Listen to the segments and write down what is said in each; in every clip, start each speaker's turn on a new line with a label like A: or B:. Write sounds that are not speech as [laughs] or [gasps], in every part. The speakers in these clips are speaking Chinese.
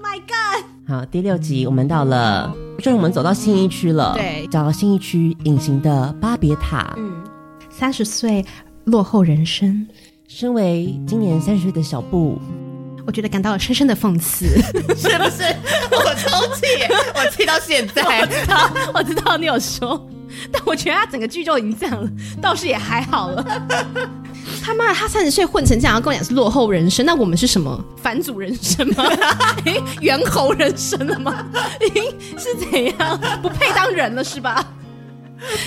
A: My God！
B: 好，第六集我们到了，终于我们走到信义区了。
A: 对
B: 找到信义区隐形的巴别塔。
A: 嗯，
C: 三十岁落后人生，
B: 身为今年三十岁的小布，
C: 我觉得感到了深深的讽刺。
A: 是不是？我抽气，我气到现在。
C: 好， [laughs] 我知道你有说，但我觉得他整个剧就已经这样了，倒是也还好了。 [laughs] 他妈的，他三十岁混成这样，然后跟我讲是落后人生，那我们是什么返祖人生 [laughs] 吗？已经猿猴人生了吗？ [laughs] 已经是怎样不配当人了是 [laughs] 吧？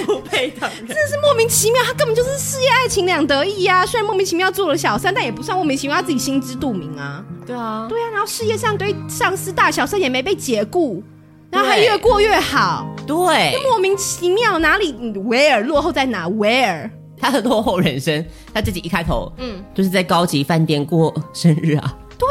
A: 不配当人。
C: 真的是莫名其妙，他根本就是事业爱情两得意啊！虽然莫名其妙做了小三，但也不算莫名其妙，他自己心知肚明啊。
B: 对啊，
C: 对啊，然后事业上对上司大小事也没被解雇，然后还
B: 对
C: 越过越好。
B: 对，
C: 哎莫名其妙，哪里嗯 where 落后在哪 where？
B: 他的落后人生，他自己一开头，嗯
C: 嗯，
B: 就是在高级饭店过生日啊。对，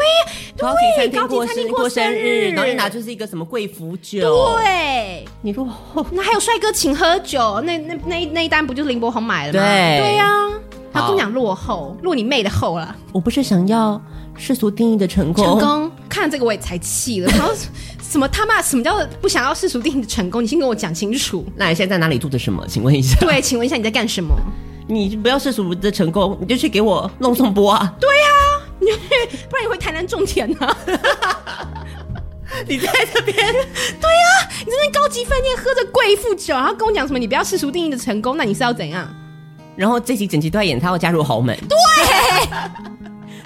B: 高级餐厅过
C: 高级
B: 生
C: 餐厅
B: 日，
C: 过
B: 过生日，
C: 生日
B: 然后一拿就是一个什么贵腐酒。，
C: 对，
B: 你哦落后。
C: 那还有帅哥请喝酒，那那那一那一单不就是林柏宏买的吗？
B: 对
C: 对呀、啊，他
B: 好
C: 跟我讲落后，落你妹的后了。
B: 我不是想要世俗定义的成功，
C: 成功，看了这个我也才
B: [laughs]
C: 气了。然后什么他妈什么叫不想要世俗定义的成功？你先跟我讲清楚。
B: 那你现在在哪里做的什么？请问一下，
C: 对，请问一下你在干什么？
B: 你不要世俗的成功，你就去给我弄送波啊！对，
C: [laughs] 不然你回台南种田啊？
B: [laughs] 你在这边，
C: 对呀、啊，你这边高级饭店喝着贵妇酒，然后跟我讲什么你不要世俗定义的成功，那你是要怎样？
B: 然后这集整集都在演他要加入豪门，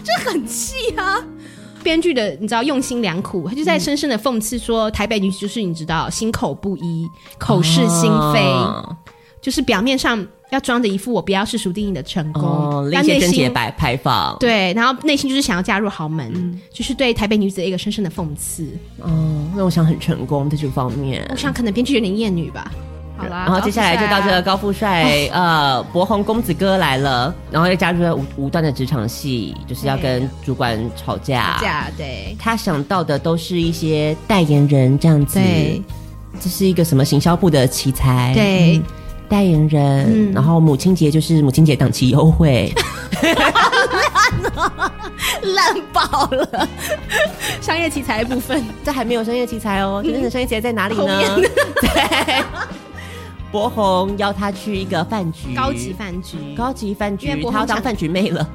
C: 这很气啊！编剧的你知道用心良苦，他就在深深的讽刺说，台北女子就是你知道心口不一、口是心非，
B: 哦
C: 就是表面上要装着一副我不要世俗定义的成功，
B: 哦，令
C: 但
B: 谢
C: 内
B: 贞洁
C: 心
B: 白嗯牌坊，
C: 对，然后内心就是想要嫁入豪门，就是对台北女子的一个深深的讽刺。
B: 哦，那我想很成功在这方面
C: 我。想可能编剧有点厌女吧。好啦，
B: 然后接下来就到这个
C: 个
B: 高富帅， [laughs] 呃，博宏公子哥来了，然后又加入了无无端的职场戏，就是要跟主管吵架。
C: 嫁对
B: 他想到的都是一些代言人这样子，
C: 对
B: 这是一个什么行销部的奇才，
C: 对
B: 嗯，代言人，
C: 嗯
B: 然后母亲节就是母亲节档期优惠，
C: [laughs] 烂爆了，商业题材的部分。
B: [laughs] 这还没有商业奇才哦，真正的商业奇才在哪里
C: 后
B: 呢？
C: 面
B: [laughs] 对，博宏邀他去一个饭局，
C: 高级饭局，
B: 高级饭局
C: 因为，博宏
B: 他要当
C: 想
B: 饭局妹了，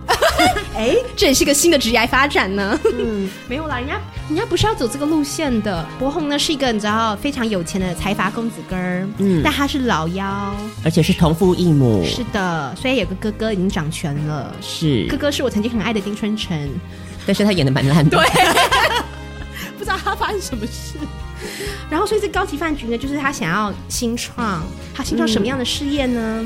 C: 哎，这也是个新的职业发展呢。嗯，没有啦，人家人家不是要走这个路线的。博宏呢是一个你知道非常有钱的财阀公子哥儿，
B: 嗯
C: 嗯，哦但他是老幺，
B: 而且是同父异母，
C: 是的，所以有个哥哥已经掌权了。
B: 是
C: 哥哥是我曾经很爱的丁春诚，
B: 但是他演的蛮烂的，对，
C: 不知道他发生什么事。然后，所以这高级饭局呢，就是他想要新创，他新创什么样的事业呢？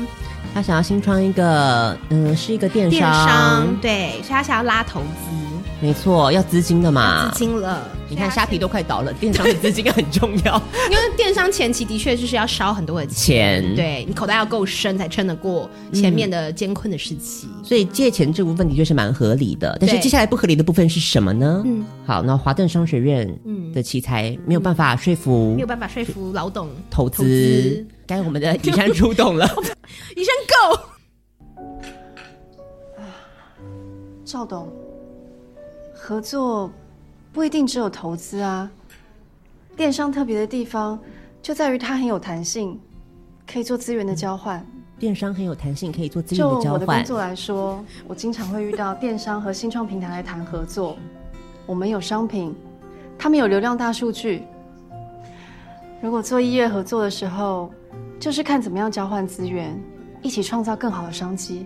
B: 他想要新创一个，嗯，是一个电
C: 电商，对，所以他想要拉投资，
B: 没错，要资金的嘛，
C: 资金了。
B: 啊你看
C: 所以
B: 虾
C: 他
B: 皮都快倒了，电商的资金很重要。
C: 因为电商前期的确就是要烧很多的钱。
B: 钱，
C: 对你口袋要够深，才撑得过前面的艰困的时期。
B: 所以借钱这部分的确是蛮合理的。但是
C: 对
B: 接下来不合理的部分是什么呢？嗯
C: 嗯，
B: 好，那华顿商学院的奇才没有办法说服
C: 没有办法说服老董
B: 投资，该我们的雨山出动了。
C: 医生 go。
D: 赵董，合作不一定只有投资啊。电商特别的地方就在于它很有弹性，可以做资源的交换。
B: 电商很有弹性，可以做嗯资源
D: 就
B: 的交
D: 我的工
B: 换。
D: 作来说，我经常会遇到电商和新创平台来谈合作。我们有商品，他们有流量大数据。如果做异业合作的时候，就是看怎么样交换资源，一起创造更好的商机。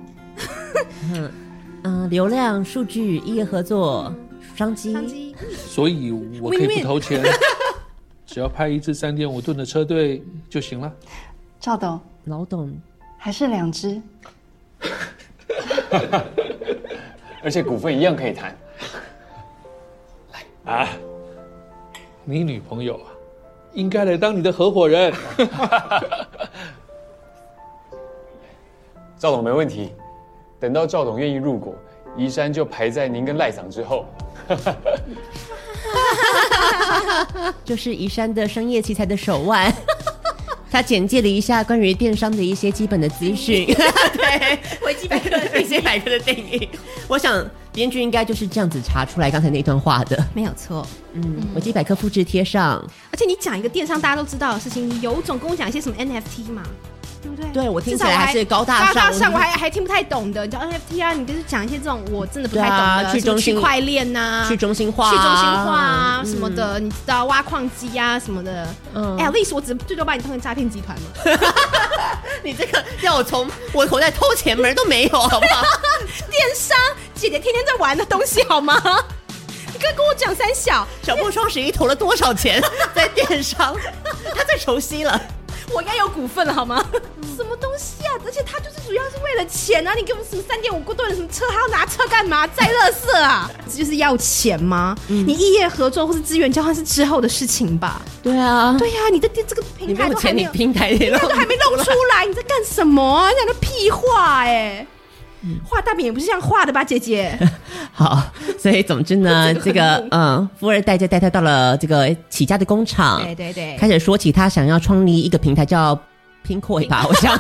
B: 嗯、流量、数据、异业合作、商机。
E: 所以我可以不投钱， [laughs] 只要派一支三点五吨的车队就行了。
D: 赵董，
B: 老董，
D: 还是两只。
F: 而且股份一样可以谈。
E: 啊，你女朋友啊，应该来当你的合伙人。
F: 赵董没问题，等到赵董愿意入股，宜山就排在您跟赖长之后。
B: 就是宜山的商业奇才的手腕。 [laughs] 他简介了一下关于电商的一 [laughs] 些基本的资讯，对，维基百科的维基百科的定义。我想编剧应该就是这样子查出来刚才那段话的。
C: 没有错。
B: 嗯，维基百科复制贴上。
C: 而且你讲一个电商大家都知道的事情，你有种跟我讲一些什么 NFT 嘛，对不对？
B: 对我听
C: 至
B: 起
C: 少
B: 来还是高大上
C: 高大上，我还还听不太懂的，你讲 NFT 啊，你就是讲一些这种我真的不太
B: 对
C: 懂的，
B: 啊去
C: 什么
B: 中心
C: 区块链呐、
B: 去中心化啊嗯
C: 去中心化啊什么的，你知道挖矿机啊什么的。嗯，哎，at least 我只最多把你当成诈骗集团嘛。
B: 你这个要我从我口袋偷钱门都没有，好不 [laughs] 好？
C: [laughs] 电商姐姐天天在玩的东西好吗？ [laughs] 你跟跟我讲三小，
B: 小布双十一投了多少钱 [laughs] 在电商？他最熟悉了。
C: 我应该有股份了好吗？什么东西啊？而且他就是主要是为了钱啊！你给我们什么三点五吨的什么车，还要拿车干嘛？再乐色啊！ [laughs] 嗯这就是要钱吗？你异业合作或是资源交换是之后的事情吧？
B: 对啊，
C: 对呀、你的这个
B: 你
C: 平
B: 没
C: 台
B: 有
C: 都还
B: 钱，
C: 嗯没
B: 你
C: 有，
B: 平台也
C: 平台都还没弄出来，你在干什么啊？你讲的屁话哎、画大饼也不是这样画的吧，姐姐？
B: 好，所以总之
C: [laughs]
B: 呢，这个嗯，富二代就带他到了这个起家的工厂，
C: 对对对，
B: 开始说起他想要创立一个平台叫 Pinkoi
C: [laughs]
B: 吧，我想。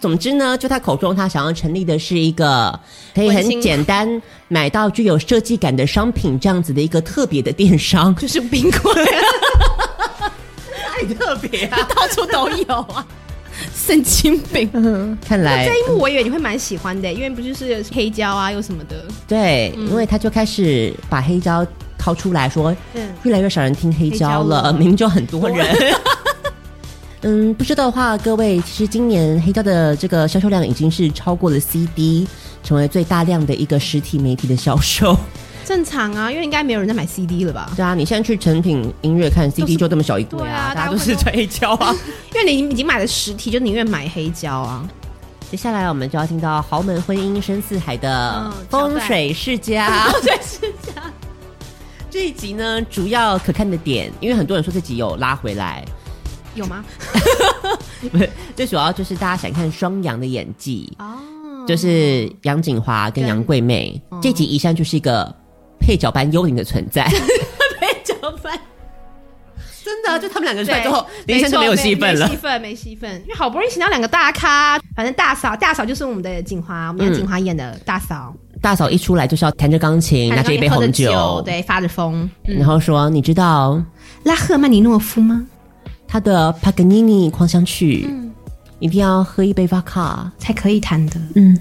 B: 总之呢，就他口中，他想要成立的是一个可以
C: 温馨
B: 很简单买到具有设计感的商品这样子的一个特别的电商，
C: 就是冰棍，
B: [laughs] 太特别啊！
C: [laughs] 到处都有啊， [laughs] 神经病。
B: 看来
C: 这一幕我以为你会蛮喜欢的，因为不就是黑胶啊，又什么的。
B: 对，因为他就开始把黑胶掏出来说，
C: 嗯
B: 越来越少人听黑胶
C: 黑胶了
B: 了，明明就很多人。 [laughs] 嗯，不知道的话，各位，其实今年黑胶的这个销售量已经是超过了 CD，成为最大量的一个实体媒体的销售。
C: 正常啊，因为应该没有人在买 CD 了
B: [laughs]
C: 吧？
B: 对啊，你现在去成品音乐看 CD 就这么小一堆
C: 对
B: 啊
C: 啊，
B: 大家都是
C: 大部
B: 在黑胶 [laughs] 啊。
C: 因为你已经买了实体，就宁愿买黑胶 [laughs] 啊。
B: 接下来我们就要听到豪门婚姻深似海的
C: 嗯
B: 风水世家。
C: 对，是这样。
B: [laughs] 这一集呢，主要可看的点，因为很多人说这集有拉回来，
C: 有吗？
B: 不是 [laughs] 最主要就是大家想看双阳的演技，
C: 哦，
B: 就是杨锦华跟杨贵妹。这集一山就是一个配角般幽灵的存在，
C: 被搅拌。
B: [laughs] 真的、就他们两个人
C: 对，
B: [laughs] 林一山就没有戏份
C: 没
B: 了
C: 戏。份，没戏份。因为好不容易请到两个大咖，反正大嫂，大嫂就是我们的景华，我们的景华演的大嫂，
B: 大嫂一出来就是要弹着钢琴，拿着一杯
C: 喝着
B: 红嗯
C: 酒，对，发着疯。
B: 然后说：“你知道
C: 拉赫曼尼诺夫吗？
B: 他的帕格尼尼狂想曲，一定要喝一杯巴卡。
C: 才可以弹的。”
B: [laughs] 嗯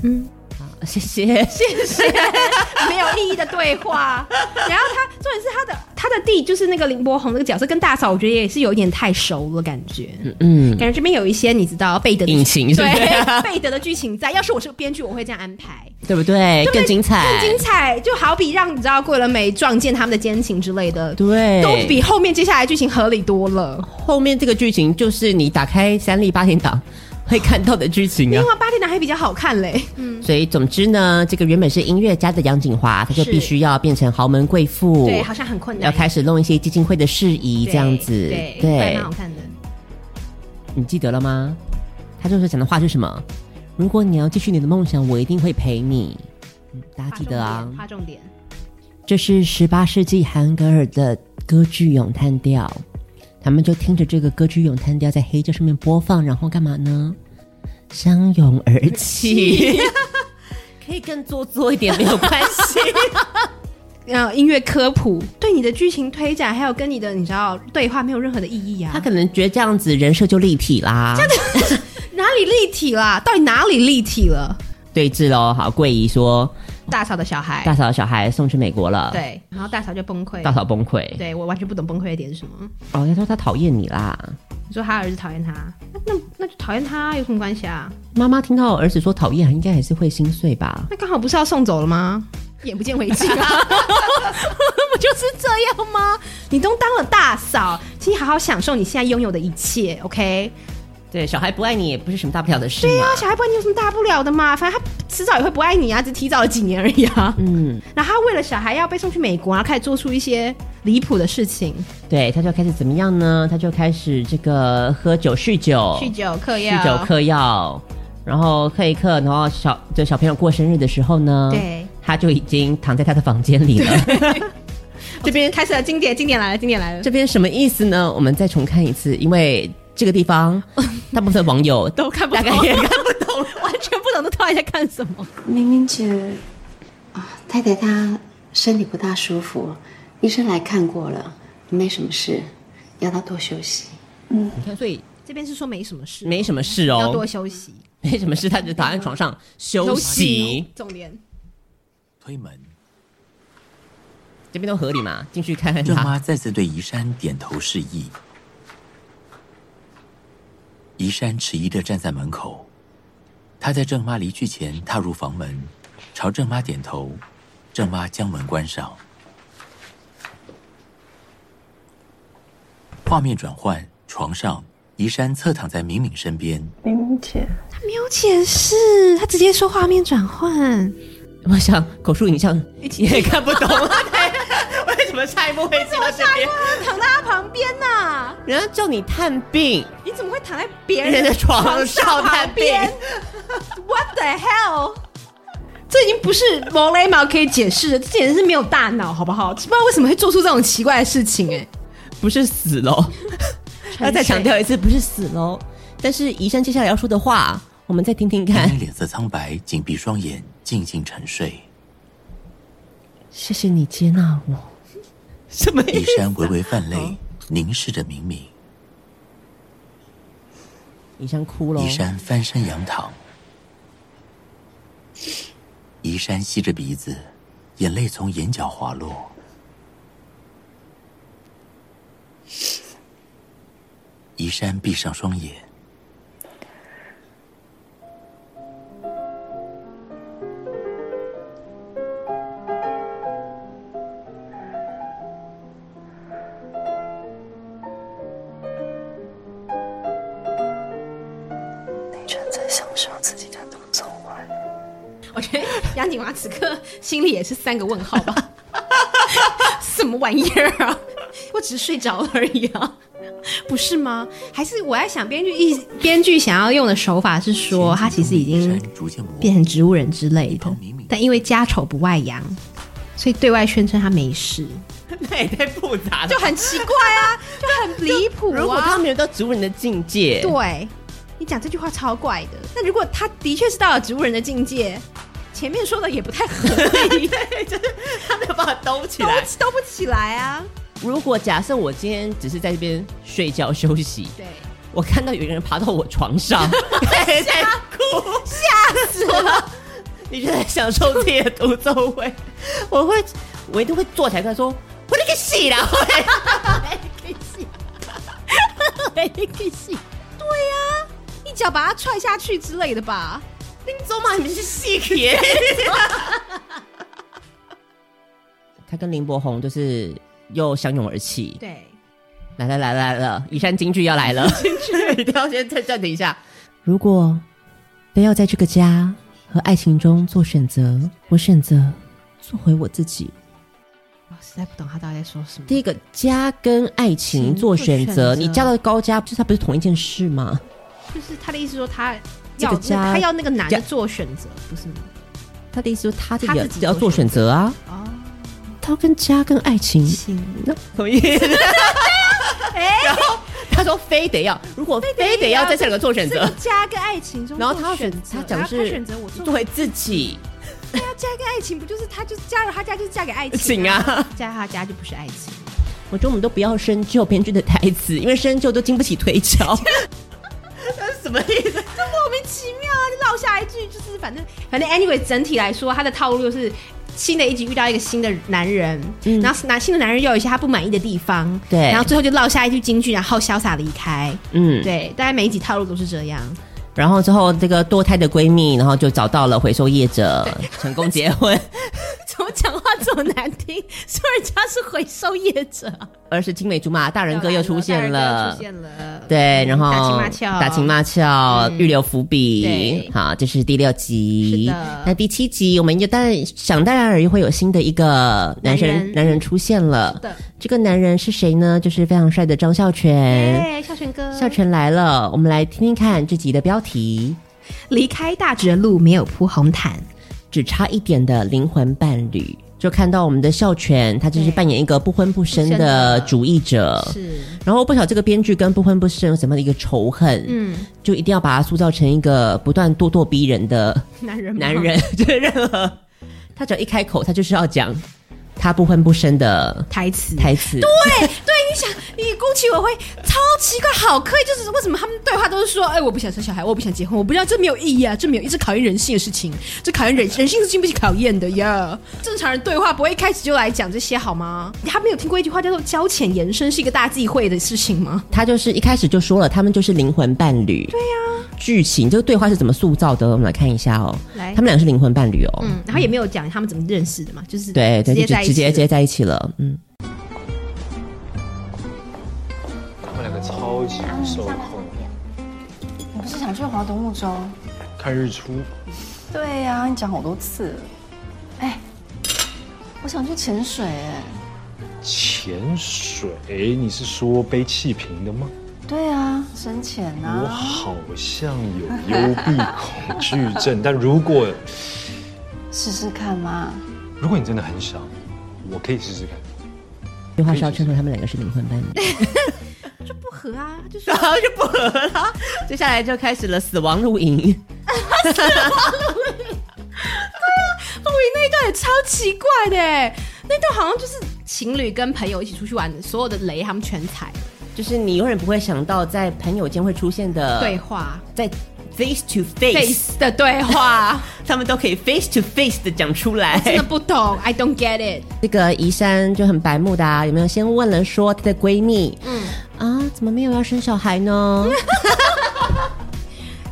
B: 谢谢。
C: 谢谢，没有意义的对话。 [laughs] 然后他重点是他的他的弟就是那个林柏宏那个角色跟大嫂，我觉得也是有一点太熟了，感觉、
B: 嗯，
C: 感觉这边有一些你知道贝德的
B: 隐情是不是
C: 对贝德的剧情在。要是我是编剧，我会这样安排，
B: [laughs] 对不对？
C: 对不对
B: 更精彩，
C: 更精彩。就好比让你知道桂纶镁撞见他们的奸情之类的，
B: 对，
C: 都比后面接下来剧情合理多了。
B: 后面这个剧情就是你打开三立八点档会看到的剧情
C: 另
B: 啊。
C: 外八点档还比较好看嘞，
B: 所以总之呢，这个原本是音乐家的杨锦华，他就是必须要变成豪门贵妇，
C: 对，好像很困难，
B: 哦要开始弄一些基金会的事宜，
C: 对
B: 这样子。
C: 对，还蛮好看的。
B: 你记得了吗？他就是讲的话是什么？如果你要继续你的梦想，我一定会陪你。嗯大家记得啊，
C: 划重点，
B: 这是十八世纪韩戈尔的歌剧咏叹调，他们就听着这个歌剧咏叹调在黑胶上面播放，然后干嘛呢？相拥而泣， [laughs] 可以更做作一点没有关系。
C: [laughs] 呃音乐科普，对你的剧情推展，还有跟你的你知道对话没有任何的意义啊
B: [laughs] 他。可能觉得这样子人设就立体啦，
C: 哪里立体啦？到底哪里立体了？
B: 对峙喽。好，桂姨说
C: 大嫂的小孩，
B: 大嫂的小孩送去美国了，，
C: 对，然后大嫂就崩溃
B: 大。嫂崩溃。
C: 对我完全不懂崩溃的点是什么。
B: 哦，他说他讨厌你啦。
C: 你说他儿子讨厌他，那那那就讨厌他有什么关系啊？
B: 妈妈听到儿子说讨厌，应该还是会心碎吧？
C: 那刚好不是要送走了吗？眼不见为净啊！ [laughs] 不就是这样吗？你都当了大嫂，请你好好享受你现在拥有的一切，OK？
B: 对，小孩不爱你也不是什么大不了的事
C: 对
B: 嘛
C: 呀、。小孩不爱你有什么大不了的嘛？反正他迟早也会不爱你啊，只提早了几年而已啊。
B: 嗯，
C: 然后他为了小孩要被送去美国，然后开始做出一些离谱的事情，
B: 对，他就开始怎么样呢？他就开始这个喝酒、酗酒、
C: 哦酗酒、嗑药、
B: 酗酒嗑药，然后嗑一嗑，然后小就小朋友过生日的时候呢，
C: 对，
B: 他就已经躺在他的房间里了。
C: [laughs] 这边开始了经典，经典来了，经典来了。
B: 这边什么意思呢？我们再重看一次，因为这个地方
C: [laughs]
B: 大部分网友
C: 都看不
B: 大
C: [laughs] 懂，
B: 概也看
C: 不懂，完全不懂，都到底在看什么？
D: 明明姐，
G: 太太她身体不大舒服，医生来看过了，没什么事，要她多休息。
B: 你看，所以
C: 这边是说没什么事，
B: 没什么事哦
C: 要多休息，
B: [laughs] 没什么事，他就躺在床上休息，
C: 重点。
H: 推门，
B: 这边都合理嘛？进去看看
H: 郑妈
B: 他，
H: 再次对宜山点头示意。宜山迟疑的站在门口，他在郑妈离去前踏入房门，朝郑妈点头，郑妈将门关上。画面转换，床上，宜山侧躺在敏敏身边，
I: 明明姐，
C: 他没有解释，他直接说画面转换，
B: 我想口述影像也看
C: [laughs]
B: 不懂。 [laughs] 为什么下一幕会进到这边？
C: 躺在他旁边呐、
B: 人家叫你探病，
C: 你怎么会 [laughs] 躺在别
B: 人
C: 人
B: 的
C: 的
B: 床
C: 床
B: 上
C: 上
B: 探
C: 旁
B: 病
C: 边？What the hell？这已经不是毛雷毛可以解释的，这简直是没有大脑，好不好？不知道为什么会做出这种奇怪的事情、哎，
B: 不是死 [laughs] 喽。要再强调一次，不是死喽。但是医生接下来要说的话，我们再听听看
H: 明。明脸色苍白，紧闭双眼，静静沉睡。
B: 谢谢你接纳我。 [laughs] 什么意
H: 宜
B: 思？
H: 山微微泛泪，凝视着明明。
B: 医生哭了
H: 宜。山翻身仰躺，宜山吸着鼻子，眼泪从眼角滑落。宜山闭上双眼，
I: 你居然在享受自己的独奏会。
C: 我觉得杨景华此刻心里也是三个问号
B: [laughs]
C: 吧，什么玩意儿啊？我只是睡着了而已啊，不是吗？还是我在想编剧一编剧想要用的手法是说，他其实已经
H: 逐渐模糊
C: 变成植物人之类的
H: 旁明明，
C: 但因为家丑不外扬，所以对外宣称他没事，
B: [laughs] 那也太复杂了。
C: 就很奇怪啊，就很离谱啊。
B: 如果他没有到植物人的境界，
C: 对你讲这句话超怪的，那如果他的确是到了植物人的境界，前面说的也不太合理，
B: [laughs] 他没有办法兜起
C: 兜
B: [laughs]
C: 兜不起来啊。
B: 如果假设我今天只是在这边睡觉休息，
C: 对，
B: 我看到有一个人爬到我床上， [laughs]
C: 哎
B: 哎在哭，
C: 吓死了！
B: 你就在享受自己的独奏会， [laughs] 我会，我一定会坐起来跟他说：“我那个戏啦，我那个戏，
C: 对呀、一脚把他踹下去之类的吧。
B: 你走嘛，你是戏耶。”他跟林柏宏就是又相拥而泣。
C: 对，
B: 来了来了来了，宜山京剧要来了，京剧 [laughs] 一定要先再暂停一下。如果非要在这个家和爱情中做选择，我选择做回我自己。
C: 我哦实在不懂他到底在说什么。
B: 第一个，家跟爱情做选
C: 做选
B: 择，
C: 择
B: 你嫁到高家，就是它不是同一件事吗？
C: 就是他的意思说他
B: 这
C: 要
B: 个家
C: 他要那个男的
B: 家
C: 做选择，不是吗？
B: 他的意思就是他自己
C: 他
B: 要
C: 自己
B: 要做
C: 做
B: 选
C: 选
B: 择啊，
C: 哦，
B: 他跟家跟爱情那什
C: [laughs]
B: 么意思？
C: 哎
B: 然后他说非得要，如果非得要在这两个做选
C: 这
B: 择
C: 个，家跟爱情中
B: 然后
C: 做
B: 他要选
C: 择
B: 他讲
C: 然
B: 的
C: 后
B: 是
C: 他选择我做
B: 作为自己，
C: 对啊，嫁给爱情不就是他就是加入他家就是嫁给爱
B: 行
C: 情
B: 啊，
C: 嫁他家就不是爱情。
B: 我觉得我们都不要深究编剧的台词，因为深究都经不起推
C: [laughs]
B: 敲。这是什么意思？
C: 这莫名其妙啊，就落下一句，就是反正反正，anyway，整体来说，他的套路就是新的一集遇到一个新的男人，
B: 嗯
C: 然后男新的男人又有一些他不满意的地方，
B: 对
C: 然后最后就落下一句金句，然后潇洒离开。
B: 嗯，
C: 对，大概每一集套路都是这样。
B: 然后之后这个堕胎的闺蜜，然后就找到了回收业者，成功结
C: [laughs]
B: 婚，
C: [laughs] 怎么讲话这么难听？ [laughs] 说人家是回收业者，
B: 而是青梅竹马大人哥又出现
C: 大人哥
B: 了
C: 又出。现了，
B: 对，然后
C: 嗯打情骂俏，嗯
B: 打情骂俏，预留伏笔
C: 对。
B: 好，这是第六集。
C: 是的
B: 那第七集我们就当然想当然而会有新的一个男生
C: 男
B: 男
C: 人
B: 人出现了
C: 的。
B: 这个男人是谁呢？就是非常帅的张孝全。
C: 哎，孝全哥，
B: 孝全来了，我们来听听看这集的标题，
C: 离开大直的路没有铺红毯，
B: 只差一点的灵魂伴侣。就看到我们的孝全，他就是
C: 对
B: 扮演一个不婚不生
C: 不生
B: 的
C: 的
B: 主义者。
C: 是，
B: 然后不晓得这个编剧跟不婚不生有什么样的一个仇恨，嗯，就一定要把他塑造成一个不断咄咄逼人的 [laughs]
C: 男人吗
B: 男人，就是任何他只要一开口，他就是要讲他不婚不生的
C: 台词。
B: 台词。
C: 对对，你想，你姑且我会超奇怪，好刻意，就是为什么他们对话都是说，哎，我不想生小孩，我不想结婚，我不知道这没有意义啊，这没有，这考验人性的事情，这考验人人性是经不起考验的 [laughs] 呀。正常人对话不会一开始就来讲这些好吗？他没有听过一句话叫做“交浅言深”是一个大忌讳的事情吗？
B: 他就是一开始就说了，他们就是灵魂伴侣。对呀、剧情这个对话是怎么塑造的？我们来看一下哦。
C: 来
B: 他们俩是灵魂伴侣哦。
C: 嗯，然后也没有讲他们怎么认识的嘛，就是
B: 对对，
C: 直
B: 就
C: 接在一
B: 直
C: 起
B: 接
C: 了
B: 直接在一起了。嗯，
F: 他们两个超级
C: 嗯
F: 受控，
D: 你不是想去华东木舟？
F: 看日出。
D: 对呀、你讲好多次了。哎，我想去潜水哎。
J: 潜水？你是说背气瓶的吗？
D: 对啊，深潜
J: 我
D: 啊。
J: 好像有幽闭恐惧
C: [laughs]
J: 症，但如果
D: 试试看嘛。
J: 如果你真的很想，我可以试试看。
B: 这句话是要称呼他们两个是灵魂伴 [laughs] 侣。
C: 不合啊，就是 [laughs]
B: 然后就不合了。接下来就开始了死亡露营。
C: 露营那一段也超奇怪的欸，那段好像就是情侣跟朋友一起出去玩，所有的雷他们全踩。
B: 就是你永远不会想到在朋友间会出现的
C: 对，话
B: 在 face to face，
C: face 的对
B: [laughs]
C: 话，哦
B: 他们都可以 face to face 的讲出来。
C: [laughs] 真的不懂，I don't get [laughs] it。
B: 这个宜山就很白目的、啊，有没有先问了说她的闺蜜，嗯啊，怎么没有要生小孩呢？
C: [laughs]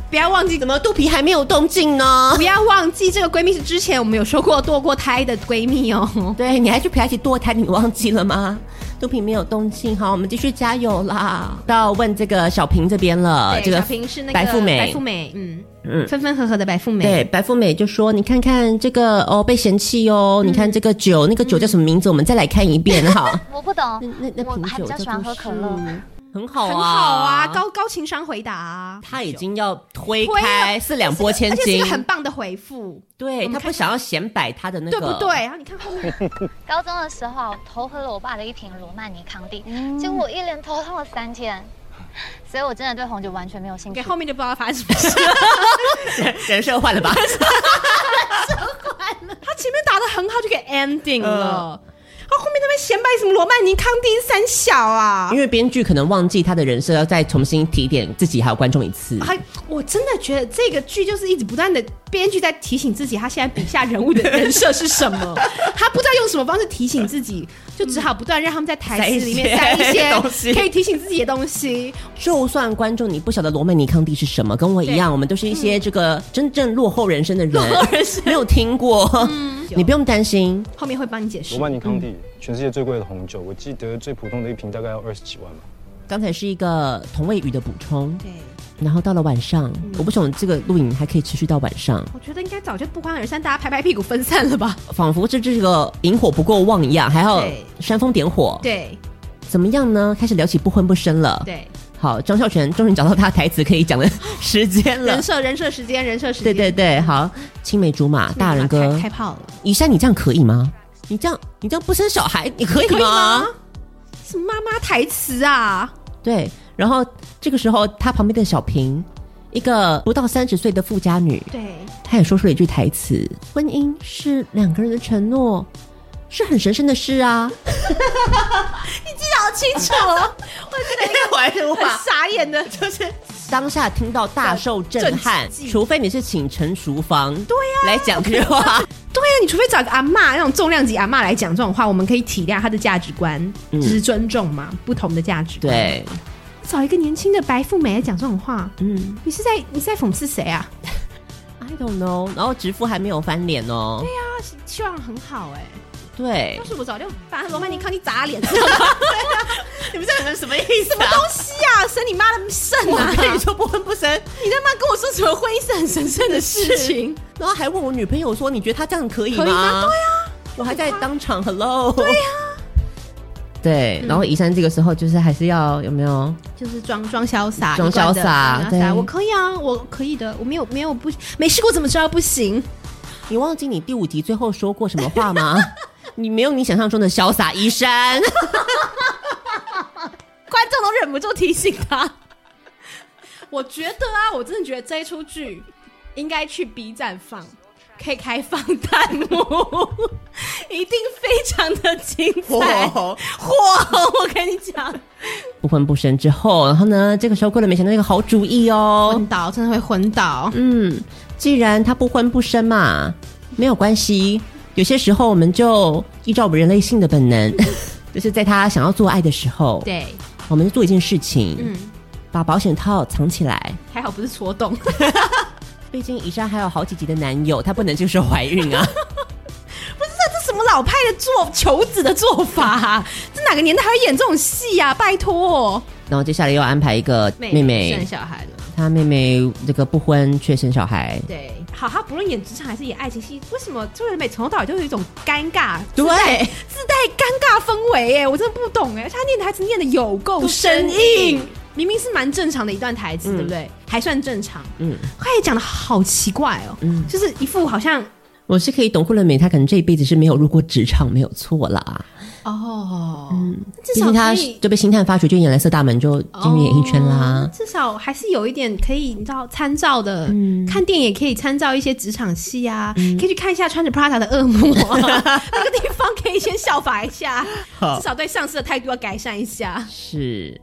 C: 不要忘记
B: 怎么肚皮还没有动静呢
C: 不？要忘记，这个闺蜜是之前我们有说过堕过胎的闺蜜哦。
B: 对，你还去陪她一起堕胎，你忘记了吗？肚皮没有动静，好，我们继续加油啦！到问这个小平这边了，
C: [laughs] 对
B: 这个
C: 小平是那个
B: 白富美，
C: 白富美，嗯
B: 嗯
C: 嗯，分分合合的白富美，
B: 对，白富美就说：“你看看这个哦，被嫌弃哦，你看这个酒，那个酒叫什么名字？我们再来看一遍 [laughs] 哈。
K: 我不懂
B: 那那那
K: 我
B: 瓶
K: 还
B: 酒
K: 比较喜
B: 叫
K: 欢
B: 做
K: 喝可乐
G: 嗯
B: 是，很好啊，
C: 很好啊，高高情商回答啊，
B: 他已经要推啊
C: 推
B: 开
C: 了
B: 四两拨千
C: 而且是一
B: 斤
C: 个，很棒的回复，
B: 对
C: 我们
B: 他
C: 看
B: 不想要显摆他的那个，
C: 对不对？？然后你看后面，
K: 高中的时候偷喝了我爸的一瓶罗曼尼康帝，结果我一连头痛了三天，所以我真的对红酒完全没有兴
C: 给
K: 趣。
C: 后面就不知道发生什么
B: [laughs]
C: 事。
B: 人设换了吧？
C: 他前面打的很好，就给 ending 了。
B: 呃
C: 他后面那边显摆什么罗曼尼康丁三小啊
B: [laughs] 因？为编剧可能忘记他的人设，要再重新提点自己还有观众一次。
C: 还我真的觉得这个剧就是一直不断的编剧在提醒自己，他现在笔下人物的人设是什 [laughs] 么，他不知道用什么方式提醒自己，就只好不断让他们在台词里面
B: 塞
C: 塞
B: 一些
C: 一些
B: 东西
C: 可以提醒自己的东西。
B: 就算观众你不晓得罗曼尼康帝是什么，跟我一样，我们都是一些这个真正嗯落后人生嗯的人，没有听过，你不用担心。
C: 后面会帮你解释
J: 罗。曼尼康帝，
L: 嗯
J: 全世界最贵的红酒，我记得最普通的一瓶大概要二十几万吧。
B: 刚才是一个同位语的补充，对。然后到了晚上，我不懂这个录影还可以持续到晚上，
C: 我觉得应该早就不欢而散，大家拍拍屁股分散了吧？
B: 仿佛这这个萤火不够旺一样，还要
C: 对
B: 煽风点火。
C: 对
B: 怎么样呢？开始聊起不婚不生了。，
C: 对，
B: 好，张孝全终于找到他台词可以讲的时间了
C: 人。设人设时间人设时
B: 对对
C: 间，
B: 对，好，青梅竹马，大人哥
C: 开，开炮了，
B: 以山，你这样可以吗？你这样，你这样不生小孩，你可以
C: 可以
B: 吗
C: 吗？？什么妈妈台词啊？
B: 对，然后这个时候，他旁边的小平，一个不到三十岁的富家女，
C: [laughs] 对，
B: 她也说出了一句台词：“婚姻是两个人的承诺，是很神圣的事啊。
C: 搞清楚了，我真的
B: 我还是无
C: 很
B: 法
C: 傻眼的，就是”
B: 当下听到大受震撼
C: 震惊，
B: 除非你是请陈淑芳对呀、来讲这 [laughs] 话，
C: 对啊呀、你除非找个阿嬷那种重量级阿嬷来讲这种话，我们可以体谅她的价值观，只是尊重嘛，不同的价值观。，
B: 嗯对，
C: 找一个年轻的白富美来讲这种话，
B: 嗯
C: 你是在你是在讽刺谁啊？
B: ，I don't know。然后直父还没有翻脸哦，
C: 啊，希望很好哎、
B: 欸对
C: 要，是我早就把罗曼尼康你砸
B: [laughs]
C: 脸，知道吗
B: 你们这什么意思
C: 什么东西啊？生你妈的肾啊！
B: 我跟你说不婚不生，
C: 你他妈跟我说什么婚姻是很神圣的事
B: [laughs]
C: 情？
B: 然后还问我女朋友说：“你觉得他这样可以吗？”
C: 可以吗
B: 对啊，我还在当场 hello。对呀、 [laughs] 嗯对，然后宜山这个时候就是还是要有没有？
C: 就是装装潇洒，
B: 装潇洒
C: 一贯的装潇
B: 对
C: 洒，我可以啊，我可以的，我没有没有不没试过怎么知道不行？
B: 你忘记你第五集最后说过什么话吗？ [laughs] 你没有你想象中的潇洒，宜山。
C: 观众都忍不住提醒 [laughs] 他。我觉得啊，我真的觉得这一出剧应该去 B 站放，可以开放弹幕， [laughs] 一定非常的精彩，
A: 火
C: 火！我跟你讲，
B: 不婚不生之后，然后呢，这个时候桂纶镁想到一个好主意哦，
C: 昏倒真的会昏倒。
B: 嗯，既然他不婚不生嘛，没有关系。有些时候我们就依照我们人类性的本能， [laughs] 就是在他想要做爱的时候，
C: 对，
B: 我们就做一件事情，
C: 嗯，
B: 把保险套藏起来。
C: 还好不是戳 [laughs] 洞，
B: 毕竟以上还有好几集的男友，他不能这个时候怀孕
C: [laughs]
B: 啊。
C: 不是这什么老派的做求子的做法、啊？这哪个年代还会演这种戏呀、啊？拜托，
B: 然后接下来又安排一个妹
C: 生
B: 妹，
C: 小孩了。
B: 她妹妹这个不婚却生小孩，
C: 对，好，他不论演职场还是演爱情戏，为什么周仁美从头到尾都有一种尴尬，
B: 对
C: 自带自带尴尬氛围？哎，我真的不懂哎，而且他念台词念的有够生硬，明明是蛮正常的一段台词，对不对？还算正常，
B: 嗯，
C: 他也讲的好奇怪哦，
B: 嗯
C: 就是一副好像
B: 我是可以懂顾伦美，她可能这一辈子是没有入过职场，没有错啦。
C: 哦，至
B: 嗯毕
C: 少
B: 竟她
C: 可以
B: 就被星探发掘，就演蓝色大门，就进入演艺圈啦。
C: 哦至少还是有一点可以，你知道参照的，看电影也可以参照一些职场戏啊，可以去看一下穿着 Prada 的恶 [laughs] 魔、啊，那个地方可以先效法一下，
B: 好
C: 至少对上司的态度要改善一下。
B: 是，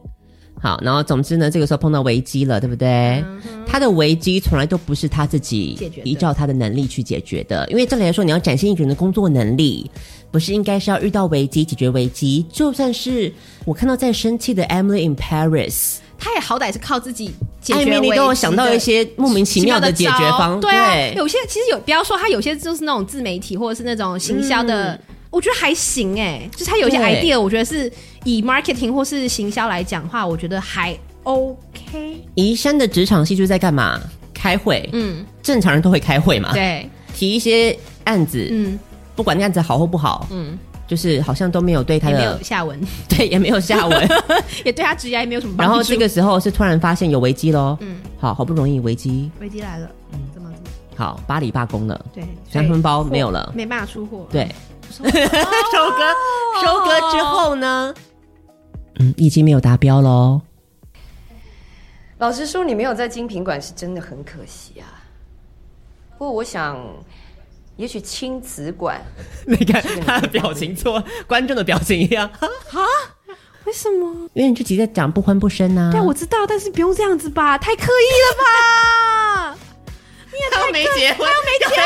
B: 好，然后总之呢，这个时候碰到危机了，对不对？
C: 嗯
B: 她的危机从来都不是她自
C: 解
B: 己
C: 决的
B: 依照她的能力去解决的，因为照理来说，你要展现一个人的工作能力，不是应该是要遇到危机解决危机？就算是我看到在生气的 Emily in Paris，
C: 他也好歹是靠自己解
B: 艾
C: 决危机的。
B: 米丽都有想到一些莫名其妙的解决方，
C: 奇妙的招对啊，有些其实有，不要说他有些就是那种自媒体或者是那种行销的，我觉得还行哎、就是他有一些
B: 对
C: idea，我觉得是以 marketing 或是行销来讲话，我觉得还 OK。
B: 宜山的职场戏就是在干嘛？开会，
C: 嗯，
B: 正常人都会开会嘛，，
C: 对，
B: 提一些案子，
C: 嗯
B: 不管那案子好或不好，
C: 嗯，
B: 就是好像都没有对他
C: 也没有
B: 的
C: 下文，
B: [laughs] 对也没有下
C: [laughs]
B: 文。 [laughs]
C: 也对他职业也没有什么帮
B: 然
C: 助。
B: 后这个时候是突然发现有危机喽，
C: 嗯，
B: 好好不容易危机，
C: 危机来了，怎么怎么
B: 好巴黎罢工了，
C: 对，
B: 嗯三分包没有了，
C: 没办法出货，
B: 对， [laughs] 收割收割之后呢，嗯，已经没有达标喽，
M: 老实说，你没有在精品馆是真的很可惜啊。不过我想，也许亲子馆
B: [laughs] 你看他的表情做观众的表情一样，
C: 啊？为什么？
B: 因为你就急着讲不婚不生啊，
C: 哦对，我知道，但是不用这样子吧，太刻意了吧？你也太
A: 他又没结婚
C: 他又没结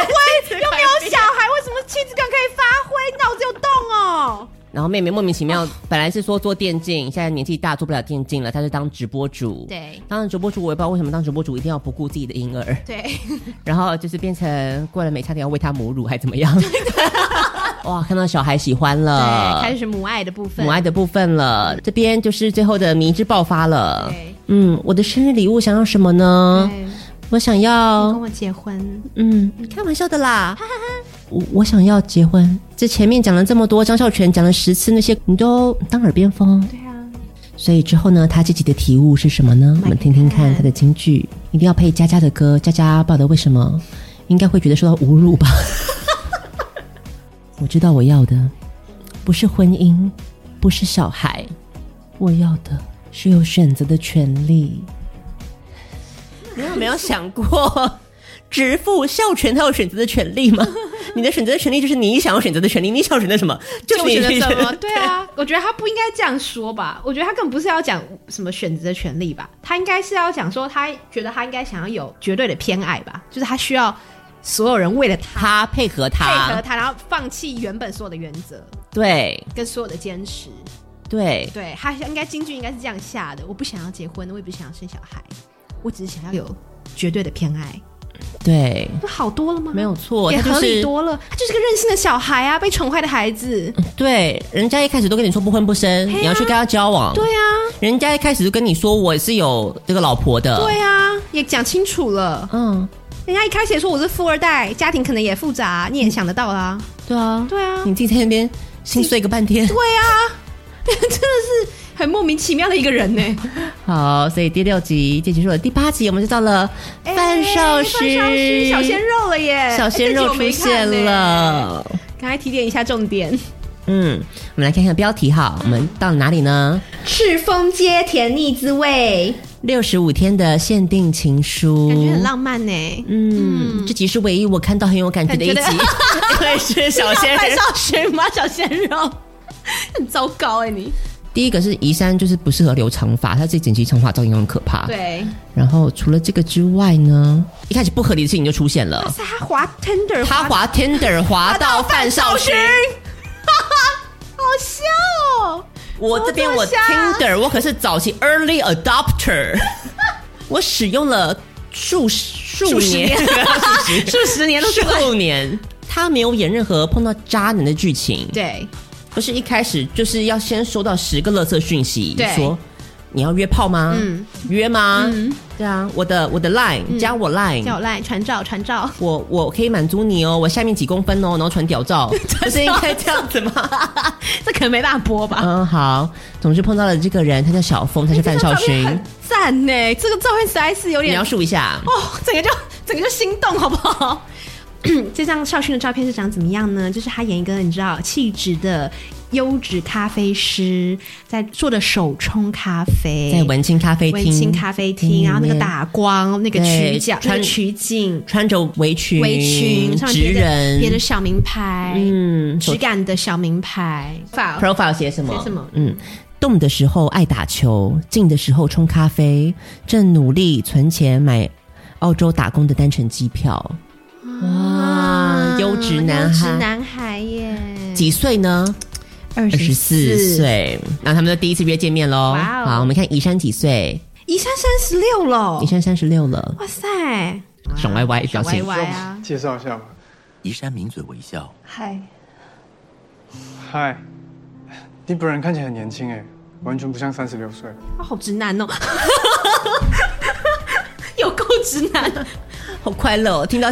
C: 婚，又没有小孩，为什么妻子感可以发挥？脑子有洞哦！
B: 然后妹妹莫名其妙，本来是说做电竞，现在年纪大做不了电竞了，她是当直播主。，
C: 对
B: 当了直播主，我也不知道为什么当直播主一定要不顾自己的婴儿， [laughs]
C: 对，
B: 然后就是变成过了每差点要喂她母乳，还怎么
C: [laughs]
B: 样？哇，看到小孩喜欢
C: 对，
B: 了，
C: 开始是母爱的部分，
B: 啊母爱的部分了，这边就是最后的迷之爆发了
C: 对。
B: 嗯，我的生日礼物想要什么呢？
C: 对
B: 我想
C: 你
B: 要
C: 跟，我结婚，
B: 嗯，开玩笑的啦，我我想要结婚。这前面讲了这么多，张孝全讲了十次那些，你都当耳边风。
C: 对啊，
B: 所以之后呢，他这集的题目是什么呢？我们听听看他的金句，一定要配佳佳的歌。佳佳不知道为什么，应该会觉得受到侮辱吧。 [laughs] 我知道我要的不是婚姻，不是小孩，我要的是有选择的权利。你有没有想过，直父孝权他有选择的权利
C: [laughs]
B: 吗？你的选择的权利就是你想要选择的权利，你想要选择什么就是
C: 我
B: 你
C: 选择
B: 自己
C: 什
B: 选
C: 么？对啊，我觉得他不应该这样说吧。我觉得他更不是要讲什么选择的权利吧，他应该是要讲说他觉得他应该想要有绝对的偏爱吧，就是他需要所有人为了他
B: 他配合他，
C: 配合他，然后放弃原本所有的原则
B: 对
C: 跟所有的坚持。
B: 对
C: 对他应该金句应该是这样下的：我不想要结婚，我也不想要生小孩，我只是想要有绝对的偏爱。
B: 对，
C: 不好多了吗？
B: 没有错，
C: 也
B: 他就
C: 合理
B: 是
C: 多了，嗯他就是个任性的小孩啊，被宠坏的孩子。
B: 对，人家一开始都跟你说不婚不生，你要去跟他交往，
C: 对啊，
B: 人家一开始就跟你说我是有这个老婆的，
C: 对啊，也讲清楚了。
B: 嗯，
C: 人家一开始也说我是富二代，家庭可能也复杂，你也想得到啦。
B: 对啊，
C: 对啊，
B: 你自己在那边心碎个半天。
C: 对啊， [laughs] 真的是很莫名其妙的一个人呢、
B: 好，所以第六集就结束了，第八集我们就到了
C: 哎
B: 范少师、
C: 范少师小鲜肉哎了耶，
B: 小鲜肉出现了。
C: 刚才提点一下重点，
B: 嗯，我们来看看标题哈，我们到了哪里呢？
C: 赤峰街甜腻滋味。
B: 六十五天的限定情书，
C: 感觉很浪漫呢、
B: 嗯，这集是唯一我看到很有感觉的一集，
C: [laughs] 感觉
B: 因为是小鲜
C: 半 [laughs]
B: 肉。
C: 少水母啊小鲜肉，很糟糕哎、你。
B: 第一个是宜山，就是不适合留长发，他这整集长发造型很可怕。。
C: 对，
B: 然后除了这个之外呢，一开始不合理的事情就出现
C: [laughs]
B: 了，
C: 哦他滑 Tender，
B: 他滑 Tinder 滑到范少勋。
C: [laughs] 好笑哦！
B: 我这边我
C: 怎么这么瞎
B: Tinder，我可是早期 early
C: [laughs]
B: adopter，我使用了数数
C: 数十
B: 年，[laughs]
C: 年数十年都出来
B: 数年。他没有演任何碰到渣男的剧情，
C: 对，
B: 不是一开始就是要先收到十个垃圾讯息
C: 对，
B: 说你要约炮吗？
C: 嗯
B: 约吗？对啊，我的我的 line、
C: 嗯
B: 加我 line
C: 叫我赖传照传
B: [laughs]
C: 照，
B: 我我可以满足你哦，我下面几公分哦，然后传屌
C: [laughs]
B: 照，不是应该这样子吗？ [laughs]
C: 这可能没办法播吧？
B: 嗯，好，总之碰到了这个人，他叫小
C: 哎
B: 峰，他是范少勋，
C: 赞呢、这个照片实在是有点
B: 描述一下，
C: 哦，整个就整个就心动，好不好？ [coughs] 这张少勋的照片是长怎么样呢？就是他演一个你知道气质的优质咖啡师，在做的手冲咖啡，
B: 在文青咖啡厅，
C: 哎文青咖啡厅，然后那个打光，那个
B: 对
C: 取角，那
B: 穿
C: 个取景，
B: 穿着围裙，
C: 围裙上面
B: 职
C: 别的
B: 人，
C: 别的小名牌，
B: 嗯手
C: 质感的小名牌
B: ，profile 写什么？
C: 写什么
B: 嗯。动的时候爱打球，静的时候冲咖啡，正努力存钱买澳洲打工的单程机票。哇，优质男
C: 优质
B: 孩，
C: 男孩耶，
B: 几岁呢？
C: 二
B: 十四
C: 24
B: 岁。然后他们就第一次约见面喽。
C: 哇哦
B: 好，我们看宜山几岁？
C: 宜山三十六了
B: 宜，山三十六了，
C: 哇塞，
B: 爽歪歪表情。
C: 歪歪啊！
H: 介绍一下吧。宜山抿嘴微笑，
I: 嗨，
L: 嗨，你本人看起来很年轻哎，完全不像三十六岁。
C: 啊，好直男哦， [laughs] 有够直男，
B: 好快乐、哦，听
C: [laughs]
B: 到。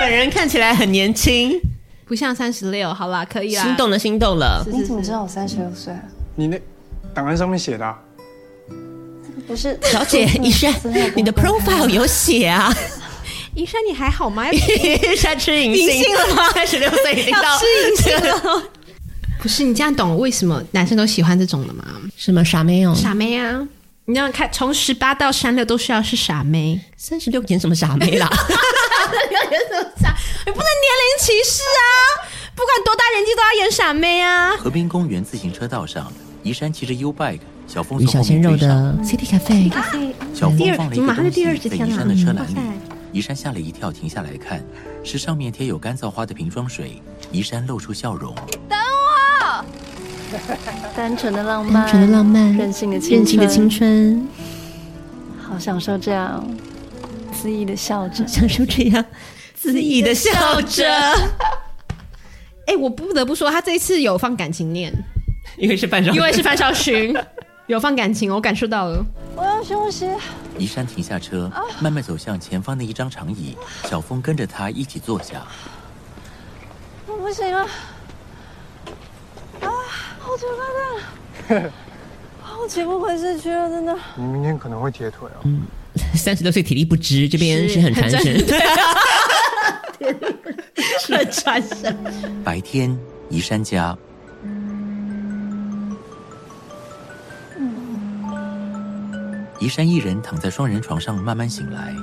B: 本人看起来很年轻，
C: 不像三十六，好啦，可以啦，
B: 心动了，心动了。
I: 你怎么知道我三十六岁啊？
L: 你那档案上面写的、啊，
I: 不是， [laughs]
B: 小姐，医生，你的 profile 有写啊？
C: 宜山，你还好吗？ [laughs]
B: 宜山吃银杏
C: 银杏了吗？
B: 三十六岁已经到
C: 要吃银杏了。 [laughs] 不是你这样懂了为什么男生都喜欢这种了吗？
B: 什么傻妹哦？
C: 傻妹啊！你让看从十八到三六都需要是傻妹， [laughs]
B: 三十六演什么傻妹啦？
C: 你不能年龄歧视啊！不管多大年纪都要演傻妹啊！
H: 河滨公园自行车道上，宜山骑着 U bike，小峰
B: 与
H: 从
B: [laughs] 小
H: 后
B: 鲜
H: 面
B: 肉
H: 追上。
B: 的 City Cafe，
H: 小
B: 第
H: 峰
B: 二
H: 放了一
B: 怎么
H: 个
B: 马上
H: 东
B: 就
H: 西
B: 第二
H: 在
B: 集
H: 宜
B: 天哪
H: 山的车
B: 嗯
H: 篮里
B: 哇塞，
H: 宜山吓了一跳，停下来看，是上面贴有干燥花的瓶装水。宜山露出笑容，
I: 等我。单纯的浪漫，
B: 单纯的浪漫，
I: 任性的青春，
B: 任性的青，春，
I: 好享受这样恣意的笑着。
B: 享受这样恣意的笑着。
C: [laughs] 哎、我不得不说，他这一次有放感情念，
B: 因为是范少，
C: 因为是范少 [laughs] 勋，有放感情，我感受到了。
I: 我要休息。
H: 宜山停下车，慢慢走向前方的一张长椅，小峰跟着他一起坐下。
I: 我不行了，啊，好久不见，
L: [laughs]
I: 我起不回市区了，真的。
L: 你明天可能会铁腿哦。
B: [laughs] 三十六岁体力不支，这边是很传神。 [laughs]
C: 很传神。
H: 白天，宜山家，宜山一人躺在双人床上慢慢醒来，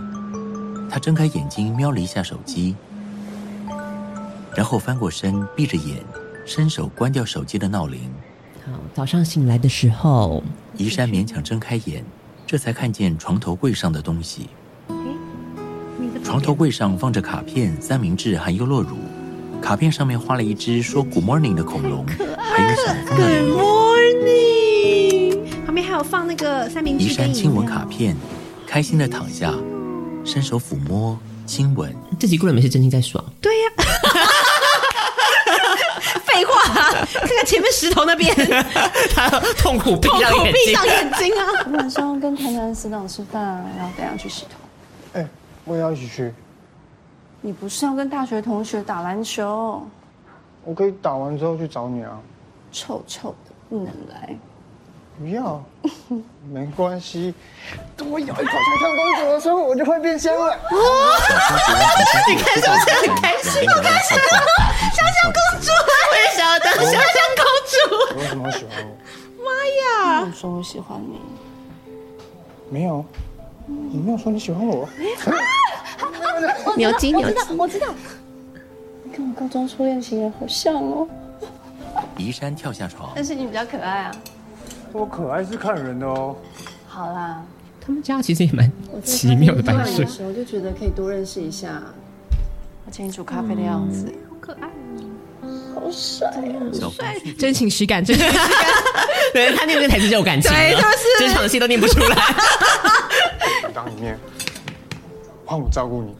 H: 他睁开眼睛瞄了一下手机，然后翻过身，闭着眼，伸手关掉手机的闹铃。
B: 好，早上醒来的时候，
H: 宜山勉强睁开眼，这才看见床头柜上的东西。床头柜上放着卡片、三明治和优酪乳，卡片上面画了一只说 “Good morning” 的恐龙，还有小风的
C: Good
H: 脸。
C: morning，旁边还有放那个三明
H: 宜
C: 治跟
H: 山
C: 饮
H: 亲
C: 料
H: 吻卡片，开心的躺下，伸手抚摸、亲吻。
B: 这集固然没是真心在爽，
C: 对
B: [laughs]
C: 呀、废话、看看前面石头那边，
B: [laughs] 他痛苦闭
C: 痛
B: 上
C: 苦
B: 眼
C: 闭
B: 睛，
C: 上眼 [laughs] 睛啊！
I: 我晚上跟台南死党吃饭啊，然后等一下去洗头。
L: 哎、我也要一起去。
I: 你不是要跟大学同学打篮球？
L: 我可以打完之后去找你啊。
I: 臭臭的，不能来。
L: 不要，没关系，多咬一口香香公主的时候，我就会变香了。
H: [laughs] 你看是不是很开心？好开心啊！
C: 香
H: [laughs]
C: [laughs] 香公主，我也想要当香香公主。
L: 你为什么会喜欢我？
C: 妈呀！
I: 说我喜欢你。
L: 没有，你没有说你喜欢我。
C: 牛筋
I: 我知道
C: 牛筋，
I: 我知道。你跟我高中初恋情人好像哦，
H: 移山跳下床，
I: 但是你比较可爱啊。
L: 我可爱是看人的哦。
I: 好啦，
B: 他们家其实也蛮
I: 我在
B: 奇妙的
I: 咖啡
B: 摆
I: 厅
B: 设
I: 的。时候就觉得可以多认识一下。
M: 我请你煮咖啡的样子，
D: 嗯
I: 好可爱哦，好帅
H: 小
I: 帅，
C: 真情实感，真情实感。
B: [laughs] 对他念那个台词就有感情了，
C: 对就是
B: 整场戏都念不出来。
L: 当你面，换我照顾你。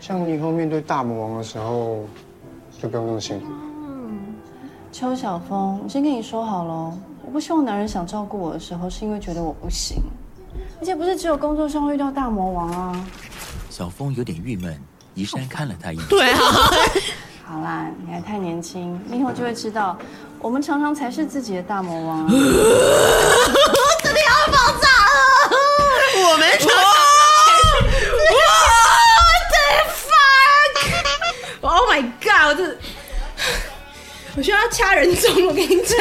L: 像你以后面对大魔王的时候，就不用那么辛苦。
M: 邱晓峰，我先跟你说好喽，我不希望男人想照顾我的时候是因为觉得我不行，而且不是只有工作上会遇到大魔王啊。
H: 小峰有点郁闷，移山看了 [laughs] 他一眼，
M: 对啊，好啦，你还太年轻，你以后就会知道，我们常常才是自己的大魔王啊。
D: [gasps]
I: 这里要爆炸了！
B: 我们
I: 哇哇
C: fuck！Oh my god！我这我需要掐人中，我跟你讲，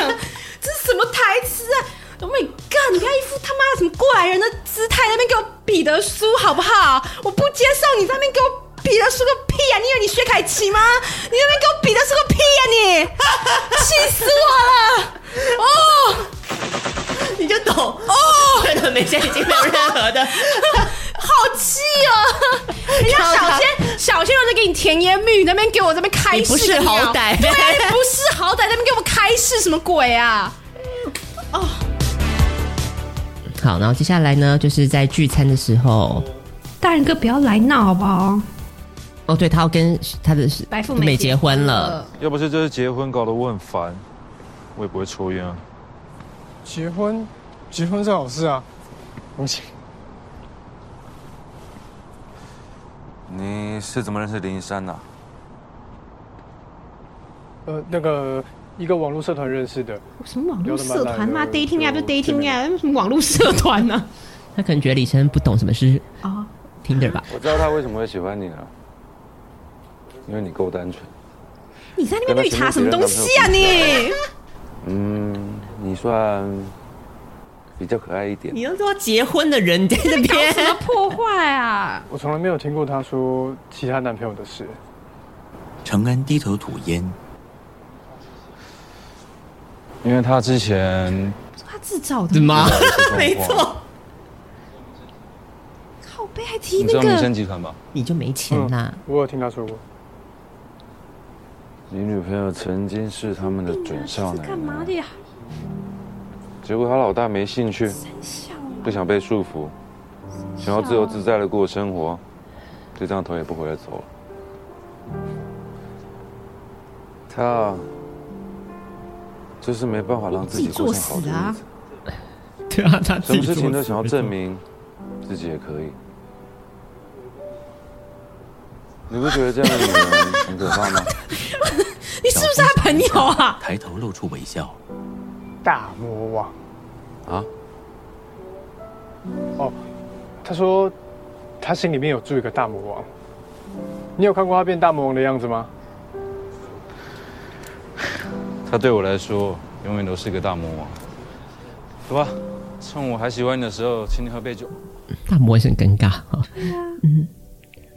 C: 这是什么台词啊？Oh my god！你看一副他妈什么过来人的姿态，在那边给我彼得苏好不好？我不接受你在那边给我彼得苏个屁啊！你以为你薛凯琪吗？你在那边给我彼得苏个屁啊你！ [laughs] 气死我了！哦，
B: [laughs] 你就懂哦，
C: 哦，
B: 对的，没现在已经没有任何的。
C: 好气 [laughs] 哦！人家小仙小仙又在给你甜言蜜语，那边给我这边开
B: 你
C: 示，
B: 不是
C: 跟你聊
B: 好歹
C: 对啊，你不是好歹，那边给我开示什么鬼啊？
B: 好，然后接下来呢，就是在聚餐的时候，
C: 大人哥不要来闹好不好？
B: 哦，对他要跟他的
C: 白富美
B: 美结婚了，
J: 要不是这次结婚搞得我很烦，我也不会抽烟啊。
L: 结婚，结婚是好事啊。不行，
N: 你是怎么认识林一山的？
L: 呃，那个一个网络社团认识的，
C: 什么网络
L: 聊得蛮
C: 社团？
L: 来
C: 妈
L: 的
C: dating app 就
L: 就
C: dating app，什么网络社团啊呢？
B: 他可能觉得李晨不懂什么是
C: 啊，
B: Tinder 吧？
N: 我知道他为什么会喜欢你了，因为你够单纯。
C: [laughs] 你在那边绿茶什么东西啊你？
N: 嗯，你算比较可爱一点。
B: 你都说结婚的人在那 [laughs] 边
C: 什么破坏啊？
L: 我从来没有听过她说其他男朋友的事。
H: 承恩低头吐烟，
J: 因为他之
C: [laughs]
J: 前
C: 他自找的
J: 是吗
C: 没错。靠背还提
J: 你知
C: 那
J: 道民生
C: 个，
J: 集团吧？
B: 你就没钱啦。
L: 我有听她说过，
N: 你女朋友曾经是他们的准
J: 哎
N: 少奶
C: 干嘛的呀？
N: 结果他老大没兴趣，不想被束缚，想要自由自在的过生活，就这样头也不回的走了。他啊就是没办法让自己过上好日子，
C: 啊！
B: 对啊，他
N: 什么事情都想要证明自己也可以。你不觉得这样的女人很可怕吗？
C: 你是不是他朋友啊？
H: 抬头露出微笑。
L: 大魔王
N: 啊？
L: 哦，她说她心里面有住一个大魔王。你有看过她变大魔王的样子吗？
J: [sighs] 他对我来说永远都是个大魔王。走吧，趁我还喜欢你的时候，请你喝杯酒。
B: 大魔也是很尴尬哈。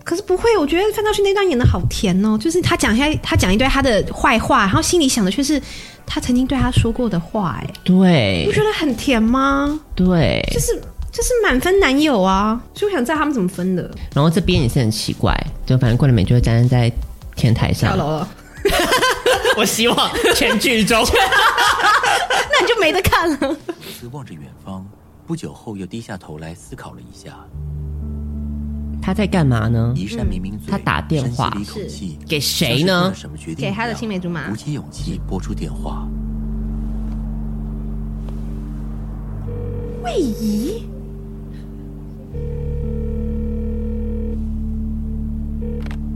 C: 可是不会，我觉得范兆勋那段演的好甜哦，就是他讲一下，他讲一堆他的坏话，然后心里想的却是他曾经对他说过的话，哎，
B: 对
C: 不觉得很甜吗？
B: 对，
C: 就是就是满分男友啊，所以我想知道他们怎么分的。
B: 然后这边也是很奇怪，就反正桂纶镁就会站在天台上，
C: 了，
B: [laughs] 我希望全剧 [laughs] 终。
C: 那你就没得看了。
H: 是望着远方，不久后又低下头来思考了一下，
B: 他在干嘛呢？
H: 移山抿抿嘴，
B: 嗯他打电话
H: 深吸了一口气，
B: 给谁呢
H: 像是做了什么决定
C: 给
H: 一样？
C: 他的青梅竹马
H: 鼓，起勇气拨出电话，
C: 魏怡，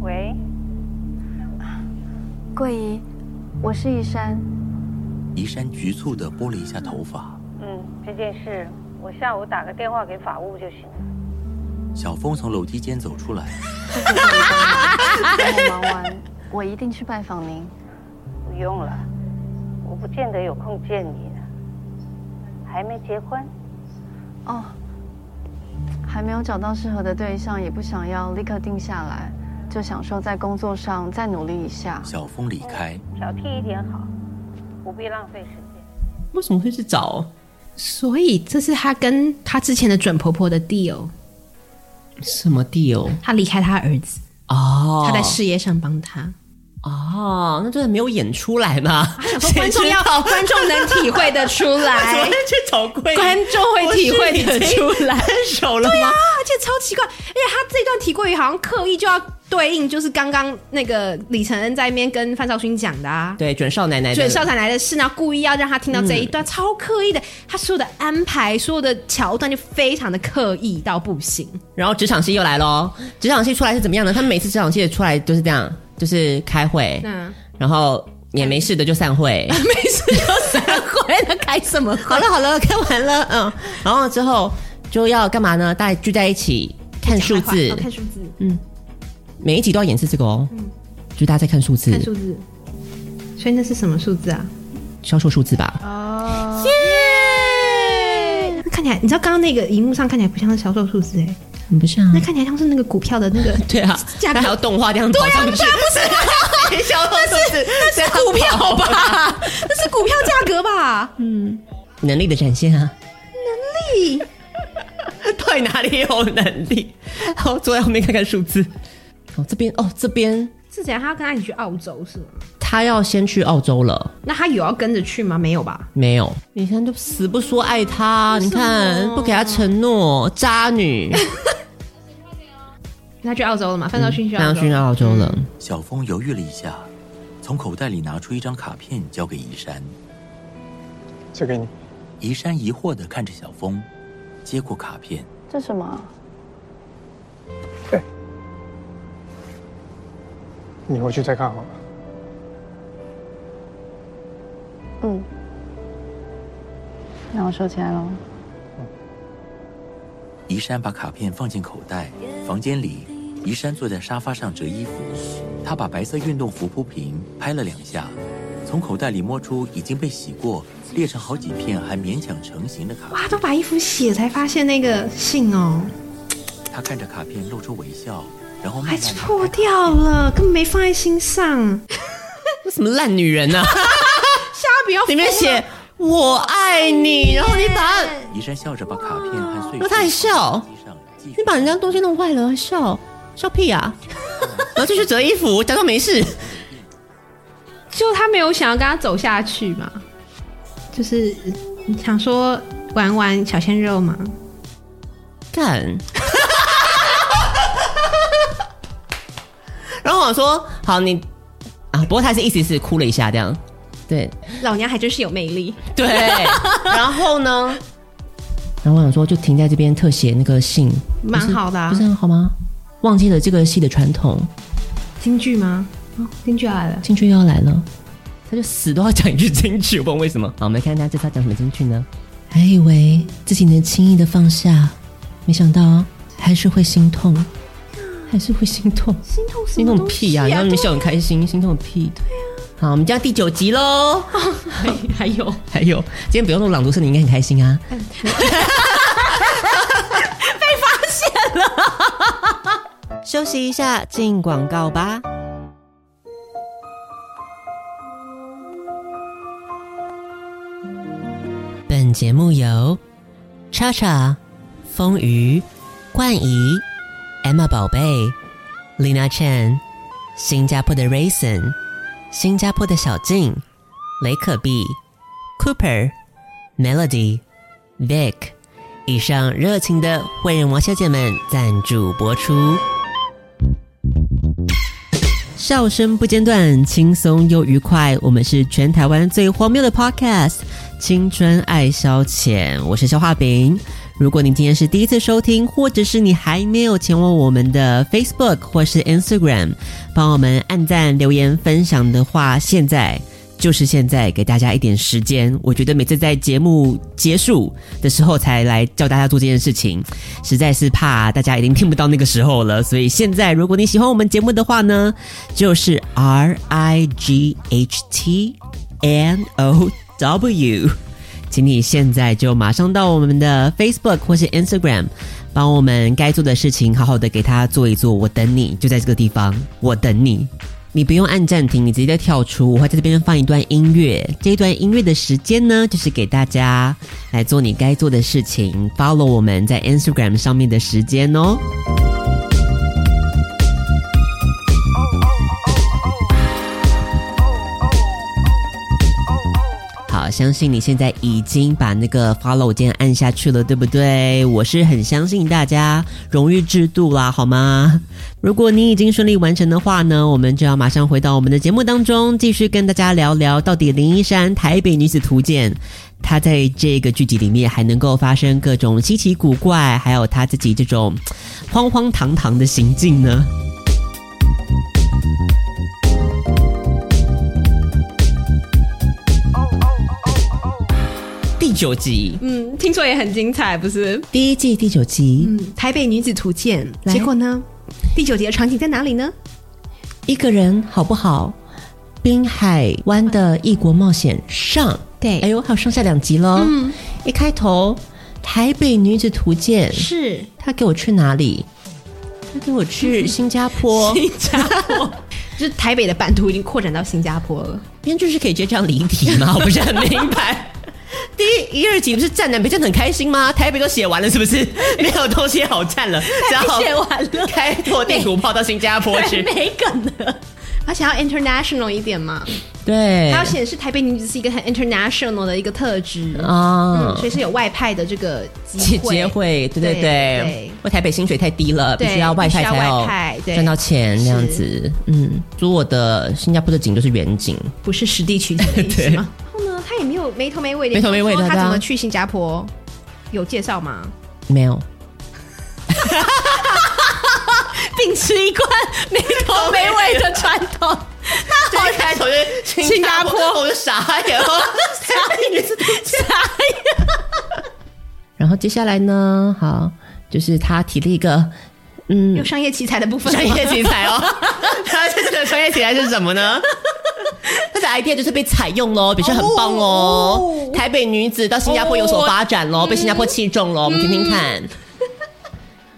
D: 喂，
M: 桂姨，我是依珊。
H: 移山局促的拨了一下头发。
O: 嗯，这件事我下午打个电话给法务就行。
H: 小峰从楼梯间走出来，
D: 我忙完，我一定去拜访您。
O: 不用了，我不见得有空见你呢。还没结婚，
D: 哦，还没有找到适合的对象，也不想要立刻定下来，就想说在工作上再努力一下。
H: 小峰离开，
O: 挑剔一点好，不必浪费时间。
B: 为什么会去找？
C: 所以这是她跟她之前的准婆婆的 deal，
B: 什么 deal？
C: 她离开她儿子，
B: 哦，
C: 她在事业上帮她。
B: 哦，那真的没有演出来呢。
C: 想说啊观众要观众能体会得出来
B: 怎么会去找贵？
C: 观众会体会得出来。
B: 分手了
C: 对啊
B: 吗？，
C: 而且超奇怪，而且他这段提过语好像刻意就要对应，就是刚刚那个李承恩在那边跟范少勋讲的啊。
B: 对，准少奶奶的，
C: 准少奶奶的事，然后故意要让他听到这一段，超刻意的。他所有的安排，所有的桥段就非常的刻意到不行。
B: 然后职场戏又来喽，职场戏出来是怎么样呢？他们每次职场戏出来都是这样，就是开会，
C: 嗯，
B: 然后也没事的就散会， [laughs]
C: 没事就散会，那开什么
B: 好了好了，看完了，嗯，然后之后就要干嘛呢？大家聚在一起看数字
C: 哦，看数字，
B: 嗯，每一集都要演示这个哦，
C: 嗯
B: 就大家在看数字，
C: 看数字。所以那是什么数字啊？
B: 销售数字吧，
C: 哦，耶！看起来，你知道刚刚那个荧幕上看起来不像是销售数字哎，
B: 你不像
C: 那看起来像是那个股票的那个
B: 对啊，
C: 价格
B: 那还要动画这样
C: 对
B: 跑
C: 啊，
B: 上去，
C: 不是
B: 销售数字，
C: 那是股票吧？那是股票价格吧？嗯，
B: 能力的展现啊，
C: 能力
B: [laughs] 到底哪里有能力？然后坐在后面看看数字，哦，这边哦，这边
C: 是怎样？他要跟他一起去澳洲是吗？
B: 他要先去澳洲了，
C: 那他有要跟着去吗？没有吧？
B: 没有？你看就死不说爱他，你看不给他承诺，渣 [laughs] 女。
C: 他去澳洲了吗？范少勋去
B: 那
C: 澳
B: 要
C: 洲，
B: 去澳洲了，
H: 小峰犹豫了一下，从口袋里拿出一张卡片交给宜山。
L: 这给你。
H: 宜山疑惑的看着小峰，接过卡片，
D: 这什么啊？
L: 你回去再看好了。
D: 嗯，那我收起来喽。
H: 宜山把卡片放进口袋。房间里，宜山坐在沙发上折衣服，他把白色运动服铺平，拍了两下，从口袋里摸出已经被洗过、裂成好几片还勉强成型的卡片。
C: 哇，都把衣服洗了才发现那个信哦，
H: 他看着卡片露出微笑，然后慢
C: 还
H: 慢地
C: 破掉了，根本没放在心上。
B: 那什么烂女人 [laughs] 啊！
C: 下不要
B: 里面写“我爱你”，然后你把它，
H: 宜山笑着把卡片和碎
B: 然后他还
H: 片
B: 笑， [laughs] 你把人家东西弄坏了还笑笑屁啊！ [laughs] 然后继续折衣服，假装没事。
C: 就他没有想要跟他走下去嘛，就是想说玩玩小鲜肉嘛。
B: 干。 [laughs] 然后我说：“好，你啊，不过他是意思是哭了一下，这样，对
C: 老娘还真是有魅力。
B: [laughs] 对。然后呢？然后我想说，就停在这边特写那个信，
C: 蛮好的、啊，
B: 不是很好吗？忘记了这个戏的传统，
C: 京剧吗？哦，京剧要来了。
B: 京剧又要来了，他就死都要讲一句京剧，我不知道为什么。好，我们来看看他这次要讲什么京剧呢？还以为哎自己能轻易的放下，没想到还是会心痛，还是会心痛，
C: 心痛什
B: 心
C: 么
B: 痛
C: 东
B: 屁
C: 西
B: 呀、
C: 啊？
B: 然后你们笑很开心，心痛屁。对好，我们讲第九集喽。
C: [laughs] 还还有，
B: [laughs] 还有，今天不用录朗读社，你应该很开心啊。
C: 哎被发现了。
B: 休息一下，进广告吧。本节目由叉叉、风鱼、冠仪、Emma 宝贝、Lina Chen、新加坡的 Raisin、新加坡的小静、雷可碧、Cooper、Melody、Vic 以上热情的会人王小姐们赞助播出。笑声不间断，轻松又愉快。我们是全台湾最荒谬的 Podcast《青春爱消遣》，我是肖化饼。如果你今天是第一次收听，或者是你还没有前往我们的 Facebook 或是 Instagram，帮我们按赞、留言、分享的话，现在就是现在，给大家一点时间。我觉得每次在节目结束的时候才来叫大家做这件事情，实在是怕大家已经听不到那个时候了。所以现在，如果你喜欢我们节目的话呢，就是 R I G H T N O W。请你现在就马上到我们的 Facebook 或是 Instagram，帮我们该做的事情好好的给他做一做。我等你，就在这个地方，我等你。你不用按暂停，你直接跳出，我会在这边放一段音乐。这一段音乐的时间呢，就是给大家来做你该做的事情，follow 我们在 Instagram 上面的时间哦。好，相信你现在已经把那个 follow 键按下去了，对不对？我是很相信大家荣誉制度啦，好吗？如果你已经顺利完成的话呢，我们就要马上回到我们的节目当中，继续跟大家聊聊到底林一山《台北女子图鉴》。她在这个剧集里面还能够发生各种稀奇古怪，还有她自己这种荒荒唐唐的行径呢。第九集，
C: 嗯，听说也很精彩，不是？
B: 第一季第九集，
C: 嗯，《台北女子图鉴》，
B: 来
C: 结果呢？第九集的场景在哪里呢？
B: 一个人好不好？滨海湾的异国冒险上，
C: 对
B: 哎呦，还有上下两集喽。
C: 嗯，
B: 一开头《台北女子图鉴》
C: 是
B: 她给我去哪里？她给我去新加坡。
C: [laughs] 新加坡，就是台北的版图已经扩展到新加坡 [laughs] 了。
B: 编剧是可以直接这样离题
C: [laughs]
B: 吗？我不是很明白。第一、一二集不是站南北站得很开心吗？台北都写完了，是不
C: [laughs]
B: 是？没有东西好站了，然后
C: 写完 [laughs] 了，
B: 开拓地图炮到新加坡去。
C: 没梗的，而且要 international 一点嘛，
B: 对，
C: 还要显示台北女子是一个很 international 的一个特质
B: 啊
C: 嗯，所以是有外派的这个
B: 姐
C: 机会。
B: 姐会，对对
C: 对
B: 对
C: 对，
B: 我台北薪水太低了，必
C: 对
B: 须要外派
C: 必须要
B: 才
C: 外派
B: 有
C: 对
B: 赚到钱那样子。嗯，所以我的新加坡的景就是远景，
C: 不是实地取景的意思吗？然后呢，他也没有没头没尾的，
B: 没头没尾的
C: 说他
B: 对啊
C: 怎么去新加坡？有介
B: [laughs]
C: 绍吗？
B: 没有。
C: 秉持一贯没头没尾的传统，他好
B: 开头就
C: 新加坡
B: 我就傻眼了，傻眼是
C: 傻
B: 然后接下来呢，好，就是他提了一个，嗯
C: 有，商业奇才的部分吗，
B: 商业奇才
C: [laughs]
B: 哦他这个商业起来是什么呢？他的 idea 就是被采用喽，表示很棒哦。台北女子到新加坡有所发展喽，被新加坡器重喽。我们听听看，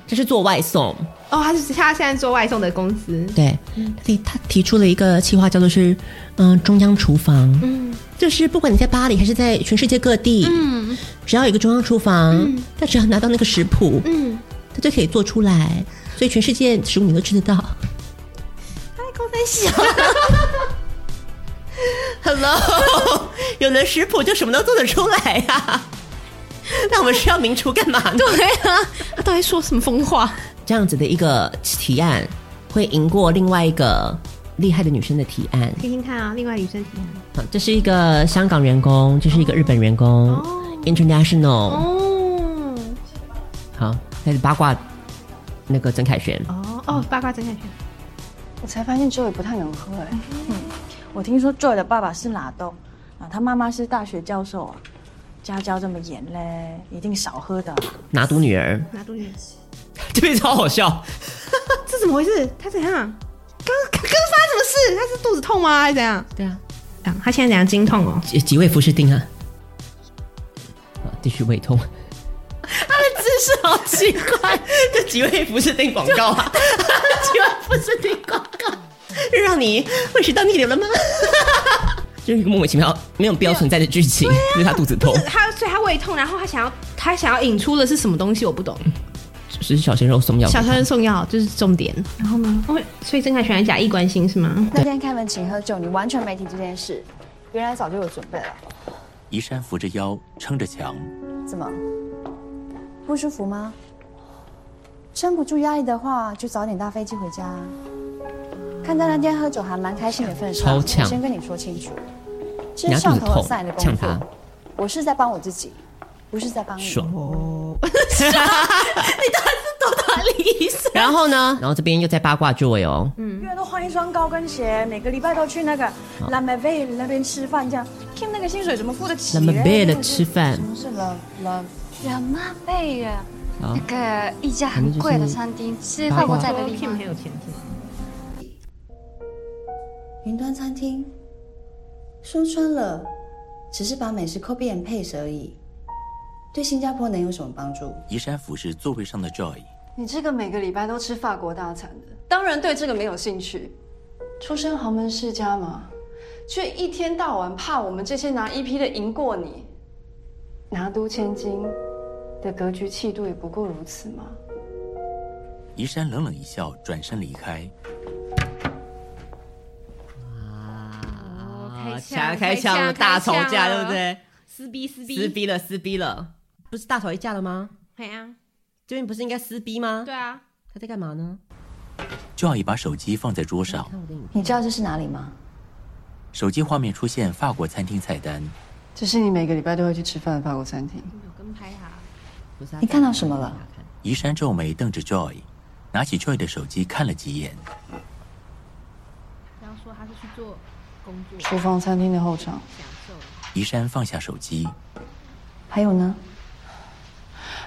B: 这是做外送，
C: 哦，他是他现在做外送的公司，
B: 对，
C: 嗯
B: 他提他提出了一个计划，叫做是嗯、中央厨房，
C: 嗯
B: 就是不管你在巴黎还是在全世界各地，
C: 嗯
B: 只要有一个中央厨房，
C: 嗯
B: 他只要拿到那个食谱，
C: 嗯，
B: 他就可以做出来，所以全世界食物你都吃得到。
C: 高三小
B: [laughs] Hello，有了食谱就什么都做得出来呀、那我们是要名厨干嘛呢？
C: 对啊，他到底说什么疯话？
B: 这样子的一个提案会赢过另外一个厉害的女生的提案。
C: 听听看啊，另外女生提案
B: 好，这是一个香港员工，这是一个日本员工、i n t e r n a t i o n a l
C: 哦
B: 好，开始八卦那个曾凯旋。
C: 哦哦，八卦真相学，
M: 我才发现 Joy 不太能喝哎、嗯，我听说 Joy 的爸爸是拉豆，啊，他妈妈是大学教授啊，家教这么严嘞，一定少喝的。
B: 拿督女儿， [laughs]
C: 拿东西，
B: 这边超好笑。
C: 这怎么回事？他怎样？刚刚刚发生什么事？他是肚子痛吗？还是怎样？
B: 对啊，
C: 啊，他现在怎样？经痛哦，
B: 几几位服饰定啊？好继续胃痛。
C: 他的姿势好奇怪，
B: [laughs] 这几位服饰定广告啊？
C: 奇怪，不是挺广告？
B: 让你胃食道逆流了吗？ [laughs] 就是一个莫名其妙、没有必要存在的剧情，就是他肚子痛，
C: 他所以他胃痛，然后他想要他想要引出的是什么东西？我不懂。
B: 只是小鲜肉松药。
C: 小超人送药这是重点。然后呢？哦，所以郑凯旋假意关心是吗？
D: 那天开门请喝酒，你完全没提这件事，原来早就有准备了。
H: 宜山扶着腰，撑着墙，
D: 怎么？不舒服吗？撑不住压力的话，就早点搭飞机回家啊。看在那天喝酒还蛮开心的份上，
B: 超
D: 我
B: 强
D: 先跟你说清楚，这
B: 你
D: 是
B: 要
D: 上
B: 肚子
D: 头啊有
B: 痛
D: 赛的，工
B: 呛
D: 作
B: 他，
D: 我是在帮我自己，不是在帮你。
B: 爽。
C: 哪里？
B: 然后呢？然后这边又在八卦 Joy 哦，
I: 嗯，月都换一双高跟鞋，每个礼拜都去那个 La m a v e 那边吃饭，这样 Kim 那个薪水怎么付得起哎
B: 那
I: 嘞？
B: 么背了吃饭，
I: 是 La La
P: 老妈贝尔，
B: 啊
P: 那个一家很贵的餐厅，是法国在
C: 哦
P: 的地方。
C: 很有钱是吗？
G: 云端餐厅，说穿了，只是把美食 copy and paste 而已，对新加坡能有什么帮助？
H: 移山俯视座位上的 Joy，
D: 你这个每个礼拜都吃法国大餐的，当然对这个没有兴趣。出身豪门世家嘛，却一天到晚怕我们这些拿 EP 的赢过你。拿督千金的格局气度也不过如此嘛。
H: 移山冷冷一笑，转身离开。
B: 啊，
A: 开
B: 哦开
A: 枪
B: 开啊枪
A: 开
B: 了，
A: 枪
B: 大吵
A: 开
B: 架，
A: 枪
B: 对不对？
C: 撕逼撕逼
B: 撕逼了，撕逼了，不是大吵一架了吗？
C: 哎呀，
B: 这边不是应该撕逼吗？
C: 对啊，
B: 他在干嘛呢？
H: Joy 把手机放在桌上，
D: 你知道这是哪里吗？
H: 手机画面出现法国餐厅菜单，
D: 这是你每个礼拜都会去吃饭的法国餐厅。
C: 跟拍他。
D: 你看到什么了？
H: 移山皱眉瞪着 Joy，拿起 Joy 的手机看了几眼。
C: 刚说他是去做工作，
D: 厨房餐厅的后场。
H: 移山放下手机，
D: 还有呢？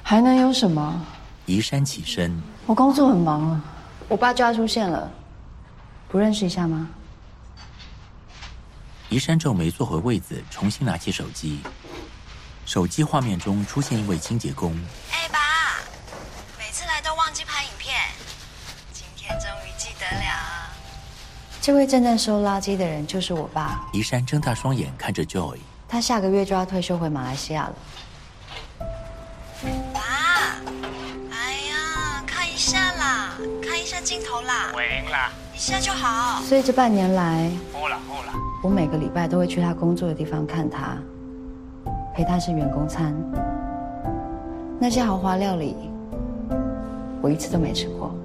D: 还能有什么？
H: 移山起身，
D: 我工作很忙啊。我爸就要出现了，不认识一下吗？
H: 移山皱眉坐回位子，重新拿起手机。手机画面中出现一位清洁工，
P: 哎爸，每次来都忘记拍影片，今天终于记得了。
G: 这位正在收垃圾的人就是我爸，
H: 移山睁大双眼看着 Joy，
G: 他下个月就要退休回马来西亚了。
P: 哎呀，看一下啦，看一下镜头啦，
Q: 喂啦，
P: 一下就好。
G: 所以这半年来，
Q: 好啦好啦，
G: 我每个礼拜都会去他工作的地方看他，陪他吃员工餐。那些豪华料理，我一次都没吃过。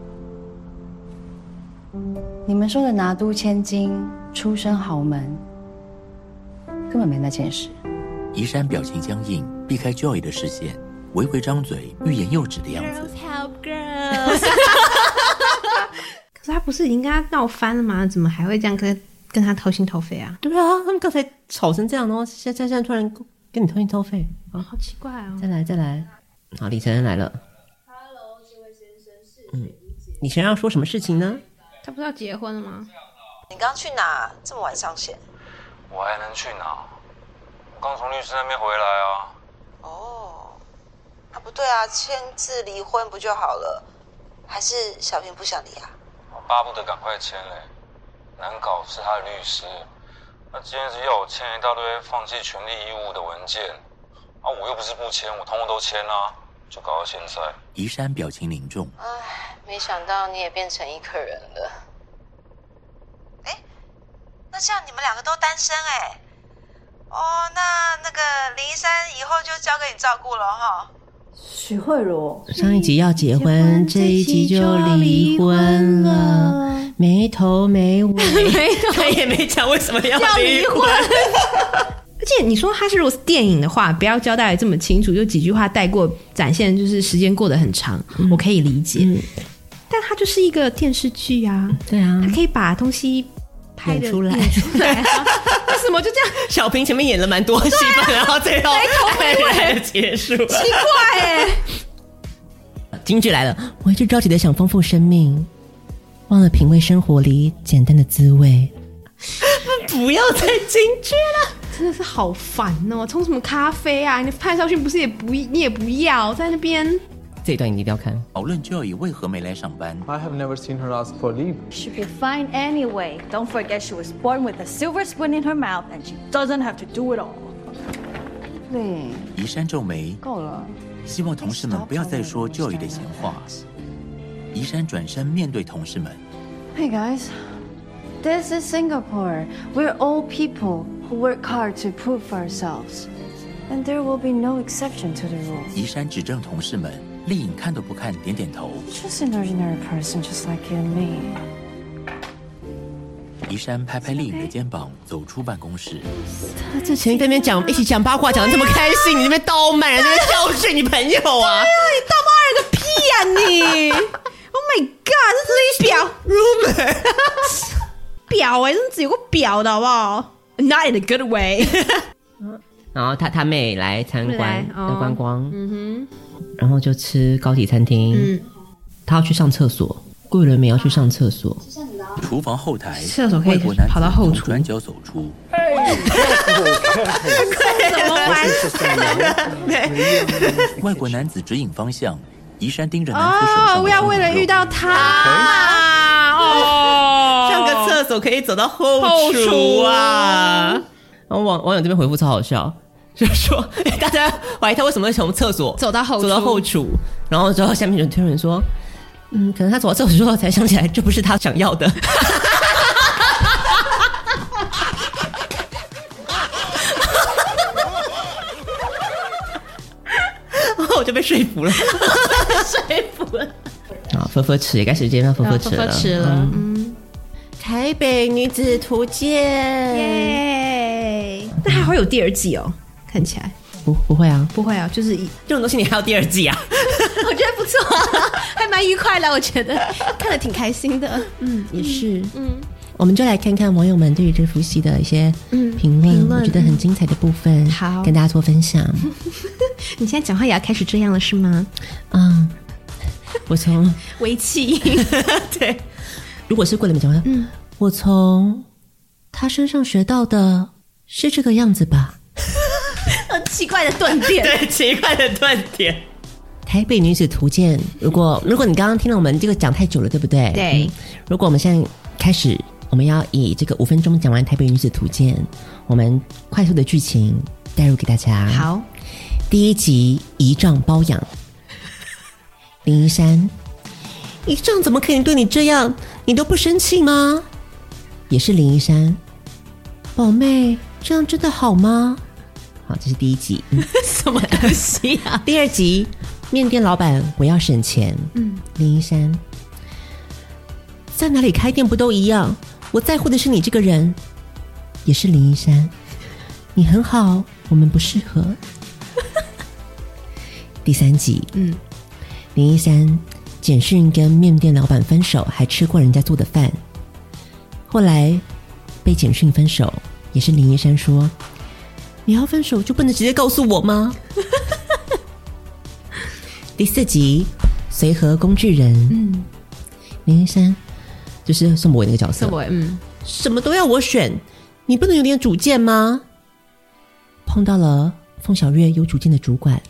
G: 你们说的拿督千金、出身豪门，根本没那件事。
H: 移山表情僵硬，避开 Joy 的视线，微微张嘴，欲言又止的样子。
C: Help
B: [laughs]
C: girls！可是他不是已经跟他闹翻了吗？怎么还会这样跟跟他掏心掏肺啊？
B: 对啊，他们刚才吵成这样，然后现在现在突然跟你掏心掏肺啊！
C: 好奇怪哦！
B: 再来再来，好，李承恩来了。Hello，嗯，李承恩要说什么事情呢？
C: 他不是要结婚了吗？
R: 你刚去哪？这么晚上线？
J: 我还能去哪？我刚从律师那边回来啊。
R: 哦啊，不对啊，签字离婚不就好了？还是小平不想离啊？
J: 我巴不得赶快签嘞，难搞是他的律师，那今天是要我签一大堆放弃权利义务的文件，啊，我又不是不签，我通通都签啊，就搞到现在。
H: 移山表情凝重，
R: 没想到你也变成一个人了。哎，那这样你们两个都单身哎、哦，那那个林一山以后就交给你照顾了哈。
D: 许慧茹，
B: 上一集要结婚，这一集就离婚了，没头没尾， [laughs] 他也
C: [laughs]
B: 没讲为什么要离婚。
C: 而且你说他是如果是电影的话，不要交代得这么清楚，就几句话带过，展现就是时间过得很长，
B: 嗯
C: 我可以理解。但他就是一个电视剧啊，
B: 对啊，
C: 他可以把东西拍得
B: 演出来
C: 演出来啊为什么就这样？
B: 小平前面演了蛮多戏份，然后最后黯然结束，奇
C: 奇怪哎、
B: 京剧来了，我一直着急的想丰富生命，忘了品味生活里简单的滋味。 [laughs] 不要再进去
C: 了， [laughs] 真的是好烦哦！冲什么咖啡啊？你潘少勋不是也不你也不要在那边？
B: 这一段你一定要看。
H: 讨论 Joy 为何没来上班。
S: I have never seen her ask for leave.
I: She'll be fine anyway. Don't forget she was born with a silver spoon in her mouth and she doesn't have to do it all.
D: 对，
H: 移山皱眉，
D: 够了。
H: 希望同事们不要再说 Joy 的闲话。移山转身面对同事们，
D: Hey guys, this is Singapore. We're all people who work hard to prove ourselves, and there will be no exception to the rule.
H: 移山指正同事们，丽颖看都不看，点点头。
D: Just an ordinary person, just like you and me.
H: 移山拍拍丽颖的肩膀，走出办公室。
B: 他之前在那边讲一起讲八卦，讲的这么开心，你那边刀满人，在那边教训你朋友啊！
C: 对啊，你大妈人个屁呀、你 [laughs] ！Oh my god，这是一表 rumor，表哎、真的有个表的好不好？Not in a good way
B: [laughs] 然后他他妹来参观
C: 来哦
B: 要观光，
C: 嗯
B: 然后就吃高级餐厅。
C: 嗯
B: 他要去上厕所，桂纶镁要去上厕所。
H: 厨房后台，
B: 厕所可以
H: 外国男子
B: 跑到后厨
H: 从转角走出。
Q: 嘿，
A: [laughs]
H: 外国男子指引方向，移山盯着男子手
C: 哦，
H: 上
C: 不
H: 的
C: 要为了遇到他嘛哦，
A: 上个厕所可以走到后
B: 后
A: 厨
B: 厨
A: 啊
B: 啊！然后网网友这边回复超好笑，就是说大家怀疑他为什么会从厕所走
C: 到后
B: 走到后厨，然后之后下面有人推论说，嗯，可能他走到厕所之后才想起来这不是他想要的，我就被说服了。
C: 说服了。
B: 啊，分分吃，该时间要分分吃
C: 啊
B: 了，
C: 分分吃了
A: 台北女子图鉴，
C: 耶！但还会有第二季哦，看起来
B: 不不会啊，
C: 不会啊，就是一
B: 这种东西你还有第二季啊？
C: [laughs] 我觉得不错、啊，还蛮愉快的，我 [laughs] 觉得看的挺开心的。嗯，
B: 也是
C: 嗯，
B: [laughs] 我们就来看看网友们对于这幅戏的一些
C: 嗯
B: 评论，
C: 评论
B: 我觉得很精彩的部分，好跟大家做分享。
C: 你现在讲话也要开始这样了是吗？
B: 嗯，我从
C: 微气音， [laughs] 对，
B: 如果是桂林美讲，嗯，我从他身上学到的是这个样子吧？
C: 呃奇怪的断点，
B: 对，奇怪的断点。台北女子图鉴，如果如果你刚刚听了我们这个讲太久了，对不对？
C: 对
B: 嗯如果我们现在开始，我们要以这个五分钟讲完台北女子图鉴，我们快速的剧情带入给大家。
C: 好，
B: 第一集姨丈包养林一山，姨丈怎么可以对你这样？你都不生气吗？也是林一山，宝妹，这样真的好吗？好，这是第一集。嗯
C: 什么东西啊？
B: [laughs] 第二集，面店老板，我要省钱。嗯，林一山，在哪里开店不都一样？我在乎的是你这个人，也是林一山，你很好，我们不适
C: [laughs]
B: 合。第三集，
C: 嗯，
B: 林一山，简讯跟面店老板分手，还吃过人家做的饭，后来被简讯分手，也是林一山说：“你要分手就不能直接告诉我吗？” [laughs] 第四集，随和工具人，嗯，林一山就是宋博伟那个角色，
C: 宋博伟嗯，
B: 什么都要我选，你不能有点主见吗？碰到了凤小月有主见的主管，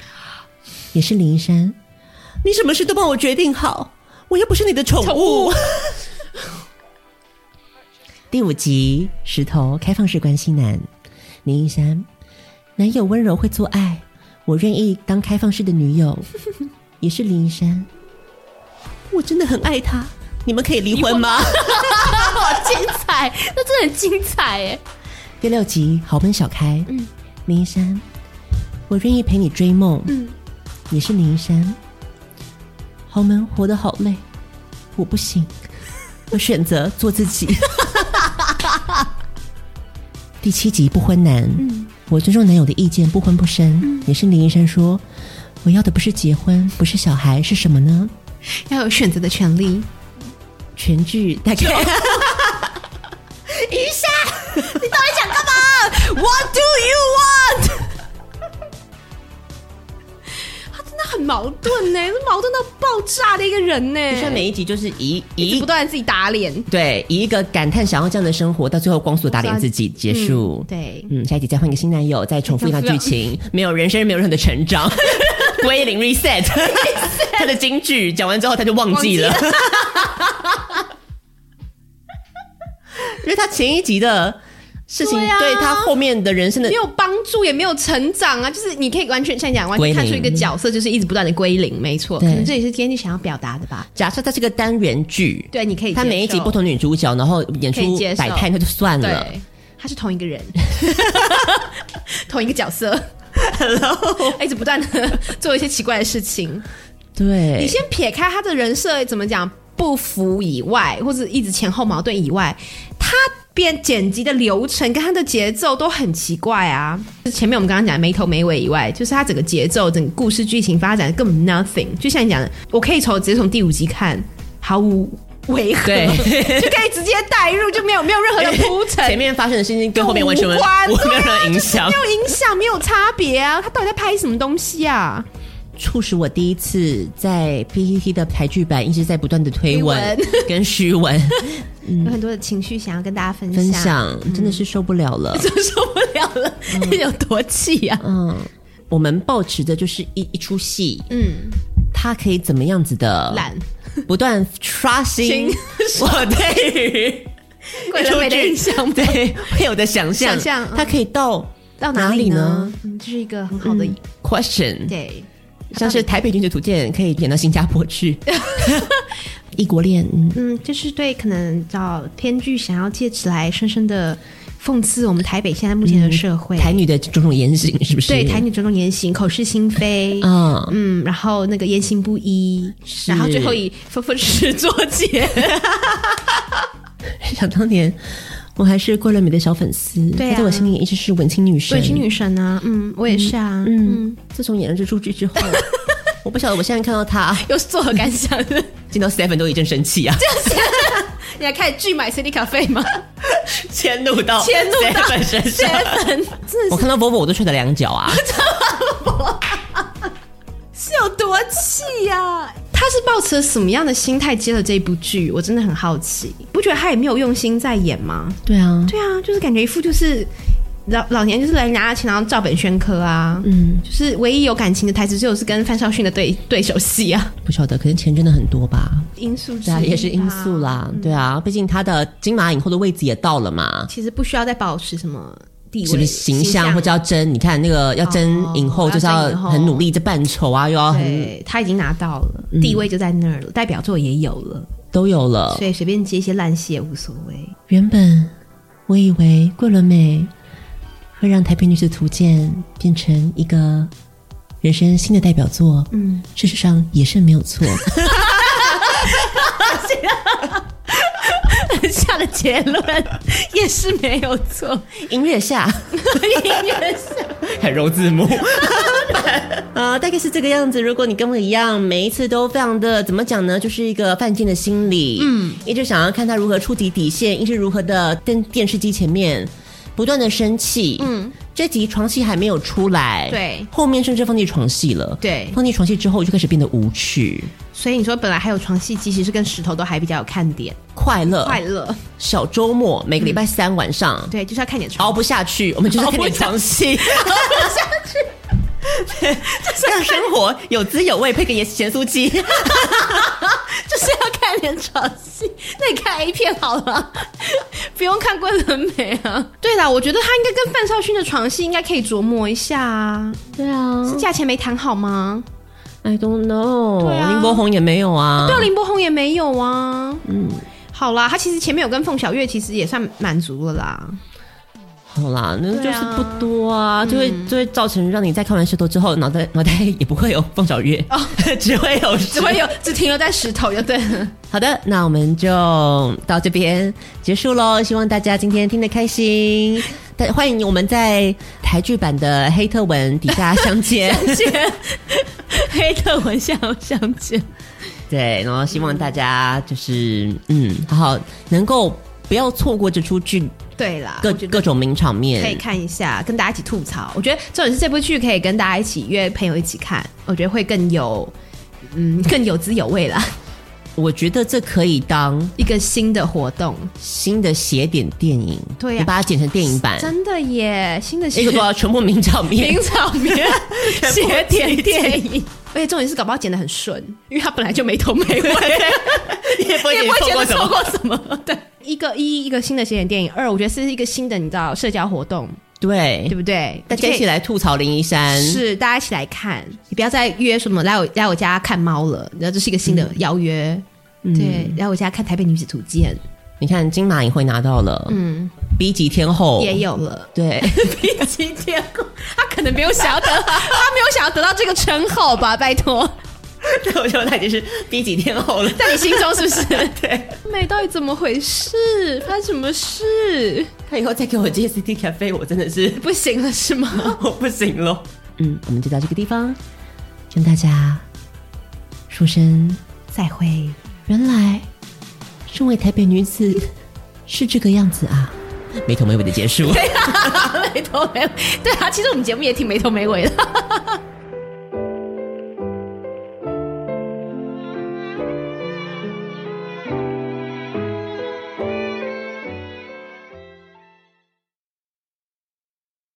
B: 也是林一山，你什么事都帮我决定好，我又不是你的宠物。 [laughs] 第五集，石头开放式关系男，林一山，男友温柔会做爱，我愿意当开放式的女友， [laughs] 也是林一山，我真的很爱他，你们可以离婚吗？
C: 好精彩，那真的很精彩哎！
B: 第六集，豪门小开，
C: 嗯，
B: 林一山，我愿意陪你追梦，
C: 嗯，
B: 也是林一山。豪门活得好累，我不行，
C: [laughs]
B: 我选择做自己。第七集不婚男，
C: 嗯
B: 我尊重男友的意见，不婚不生，也是林医生说，我要的不是结婚，不是小孩，是什么呢？
C: 要有选择的权利。
B: 全剧大 [laughs] 概
C: 一下，你到底想干嘛？What do you want？他真的很矛盾呢，是矛盾到爆炸的一个人呢。
B: 你看每一集就是以
C: 一直
B: 以
C: 不断地自己打脸，
B: 对，以一个感叹想要这样的生活，到最后光速打脸自己结束。
C: 嗯对，
B: 嗯，下一集再换一个新男友，再重复一趟剧
C: [laughs]
B: 情，没有人生，没有任何的成长，归零 reset。他的金句讲完之后，他就忘记了， [laughs] 因为他前一集的事情
C: 对啊
B: 对他后面的人生的
C: [laughs] 没有帮助也没有成长啊，就是你可以完全像你讲，完全
B: 归零
C: 看出一个角色就是一直不断的归零，没错，可
B: 对
C: 能这也是天地想要表达的吧。
B: 假设它是个单元剧，
C: 对，你可以接受，
B: 他每一集不同女主角，然后演
C: 可以
B: 出
C: 接受
B: 百态，那就算了。
C: 对，他是同一个人， [laughs] 同一个角色。一直不断的做一些奇怪的事情。
B: 对，
C: 你先撇开他的人设怎么讲不符以外，或者一直前后矛盾以外，他编剪辑的流程跟他的节奏都很奇怪啊。就是前面我们刚刚讲的没头没尾以外，就是他整个节奏、整个故事剧情发展根本 nothing。就像你讲的，我可以从直接从第五集看，毫无违和，
B: 对
C: 就可以直接带入，就没有没有任 [laughs] 何的铺陈。
B: 哎前面发生的事情跟后面完全没有
C: 无关啊
B: 没有任何影
C: 没
B: 响。
C: 有影响，没有差别啊！他到底在拍什么东西啊？
B: 促使我第一次在 PPT 的台剧版一直在不断的推文
C: 推
B: 跟虚文
C: [laughs] 嗯有很多的情绪想要跟大家分享，嗯
B: 分享，真的是受不了了，
C: [laughs] 真受不掉了，嗯 [laughs] 有多气啊呀、
B: 嗯，我们抱持的就是一一出戏，
C: 嗯，
B: 它可以怎么样子的
C: 懒，
B: 不断刷新 [laughs] 我对
C: [laughs]
B: 于
C: 桂纶镁的印象吗
B: 对会有的想象，
C: 想象嗯
B: 它可以到
C: 到
B: 哪
C: 哪
B: 里
C: 里
B: 呢
C: 呢？嗯，这是一个很好的、
B: 嗯 question，，
C: 对，
B: 像
C: 嗯
B: 是《台北女子图鉴》可以演到新加坡
C: [laughs]
B: 去，异国恋，嗯
C: 嗯，就是对可能叫编剧想要借此来深深的讽刺我们台北现在目前的社会，
B: 台女的种种言行是不是？
C: 对台女种种言行、口是心非，
B: 嗯
C: 嗯，然后那个言行不一，然后最后以分分食作 [laughs] 结，
B: 想当年，我还是桂纶镁的小粉丝，
C: 对啊
B: 她在我心里一直是文青女神。
C: 对，是女神啊，嗯，我也是啊，
B: 嗯，自从演了这出剧
C: [laughs]
B: 之后，我不晓得我现在看到她
C: 又是作何感想？ [laughs]
B: 见到 Seven 都一阵生气啊，
C: 你还开始拒买 CD 咖啡 [laughs] 吗？
B: 迁怒到
C: 迁怒到
B: Seven 身上。
C: Seven，真
B: 我
C: 的
B: 看到 Vovo 我都踹他两脚
C: [laughs]
B: 啊！
C: 是有多气呀、他是抱持什么样的心态接了这部剧？我真的很好奇。不觉得他也没有用心在演吗？
B: 对啊，
C: 对啊，就是感觉一副就是老老年就是来拿了钱，然后照本宣科啊。
B: 嗯，
C: 就是唯一有感情的台词，就是跟范少勋的对对手戏啊，
B: 不晓得，可能钱真的很多吧？
C: 因素之
B: 对啊，
C: 一
B: 也是因
C: 吧
B: 素。啦。对啊，毕竟她的金马影后的位置也到了嘛。
C: 其实不需要再保持什么地位、
B: 是不是形象或
C: 或
B: 者要争？你看那个要争影后，
C: 要
B: 就是
C: 争影后
B: 很努力在扮丑啊，又要很嗯
C: 对，他已经拿到了，地位就在那儿了，代表作也有了，
B: 都有了
C: 所。以随便接一些烂戏也无所谓。
B: 原本我以为桂纶镁会让《台北女子图鉴》变成一个人生新的代表作，
C: 嗯，
B: 事实上也是没有
C: [laughs]
B: 错。
C: [laughs] 下的结论也是没有错，
B: 音乐下，
C: 音乐下，
B: 还揉字幕，啊，大概是这个样子。如果你跟我一样，每一次都非常的怎么讲呢，就是一个犯贱的心理，嗯，一直想要看他如何触及底线，一直如何的跟电视机前面不断的生气，嗯，这集床戏还没有出来，
C: 对
B: 后面甚至放弃床戏了，
C: 对
B: 放弃床戏之后就开始变得无趣、
C: 所以你说本来还有床戏，其实是跟石头都还比较有看点，
B: 快乐、
C: 快乐，
B: 小周末，每个礼拜三晚上，
C: [laughs] 对，就是要看点床，
B: 熬不下去，我们就是要看点床戏。
C: [laughs]
B: [laughs]
C: 熬不下去，
B: 就是让生活有滋有味，配个盐咸酥鸡。
C: 就是要看点床戏。那你看 A 片好了， [laughs] 不用看桂纶镁啊。对啦，我觉得他应该跟范少勋的床戏应该可以琢磨一下啊。嗯
B: 对啊
C: 是价钱没谈好吗？
B: I don't know，
C: 对啊
B: 林柏宏也没有啊。
C: 对啊，林柏宏也没有啊。
B: 嗯，
C: 好啦，他其实前面有跟凤小岳，其实也算满足了啦。
B: 好啦，那就
C: 对
B: 是
C: 啊嗯
B: 不多啊，就会就会造成让你在看完石头之后，脑袋脑袋也不会有凤小岳， [laughs] 只会有
C: 哦 [laughs] 只会有只停留在石头就对了。
B: 好的，那我们就到这边结束喽。希望大家今天听得开心， [laughs] 但欢迎我们在台剧版的黑特文底下相
C: [laughs]
B: 见。 [laughs]
C: 见， [laughs] 黑特文相相见。
B: 对，然后希望大家就是嗯，好好能够不要错过这出剧
C: 对啦，
B: 各
C: 我觉得
B: 各种名场面。
C: 可以看一下，跟大家一起吐槽。我觉得重点是这部剧可以跟大家一起约朋友一起看，我觉得会更有嗯更有滋有味啦。 [laughs]
B: 我觉得这可以当
C: 一个新的活动，
B: 新的写点电影，
C: 对呀
B: 你把它剪成电影版，
C: 真的耶，新的
B: 一个多少全部名场面，
C: [laughs] 名场面 [laughs]
B: 全部
C: 写点电
B: 自己
C: 影。而且重点是，搞不好剪得很顺，因为他本来就没头没尾，
B: [laughs] 也不会
C: 也不会
B: 觉
C: 觉
B: 得错
C: 得
B: 过
C: 错过什么。对，一个一一个新的写点电影，二我觉得是一个新的，你知道社交活动，
B: 对
C: 对不对？
B: 大家一起来吐槽林一山，
C: 是大家一起来看，你不要再约什么来我来我家看猫了，然后这是一个新的邀约。对，来我家看《台北女子图鉴
B: 你看金马影会拿到了》，，
C: 嗯，
B: b 级天后
C: [laughs] 也，有了。
B: 对，
C: 毕竟天后，他可能没有想要得，他没有想要得到这个称号吧？拜 [laughs] 托，
B: 对，我觉得他已经是 B 级天后了，
C: 在你心中是不是？ [laughs]
B: 对，
C: 美到底怎么回事？发生什么事？
B: 他以后再给我接 CT Cafe，我真的是
C: 不行了是 [laughs] 吗？
B: [laughs] 我不行了。嗯，我们就到这个地方，跟大家说声
C: 再会。
B: 原来身为台北女子是这个样子啊，没头没尾的结束。
C: 没头没尾，对啊，其实我们节目也挺没头没尾的。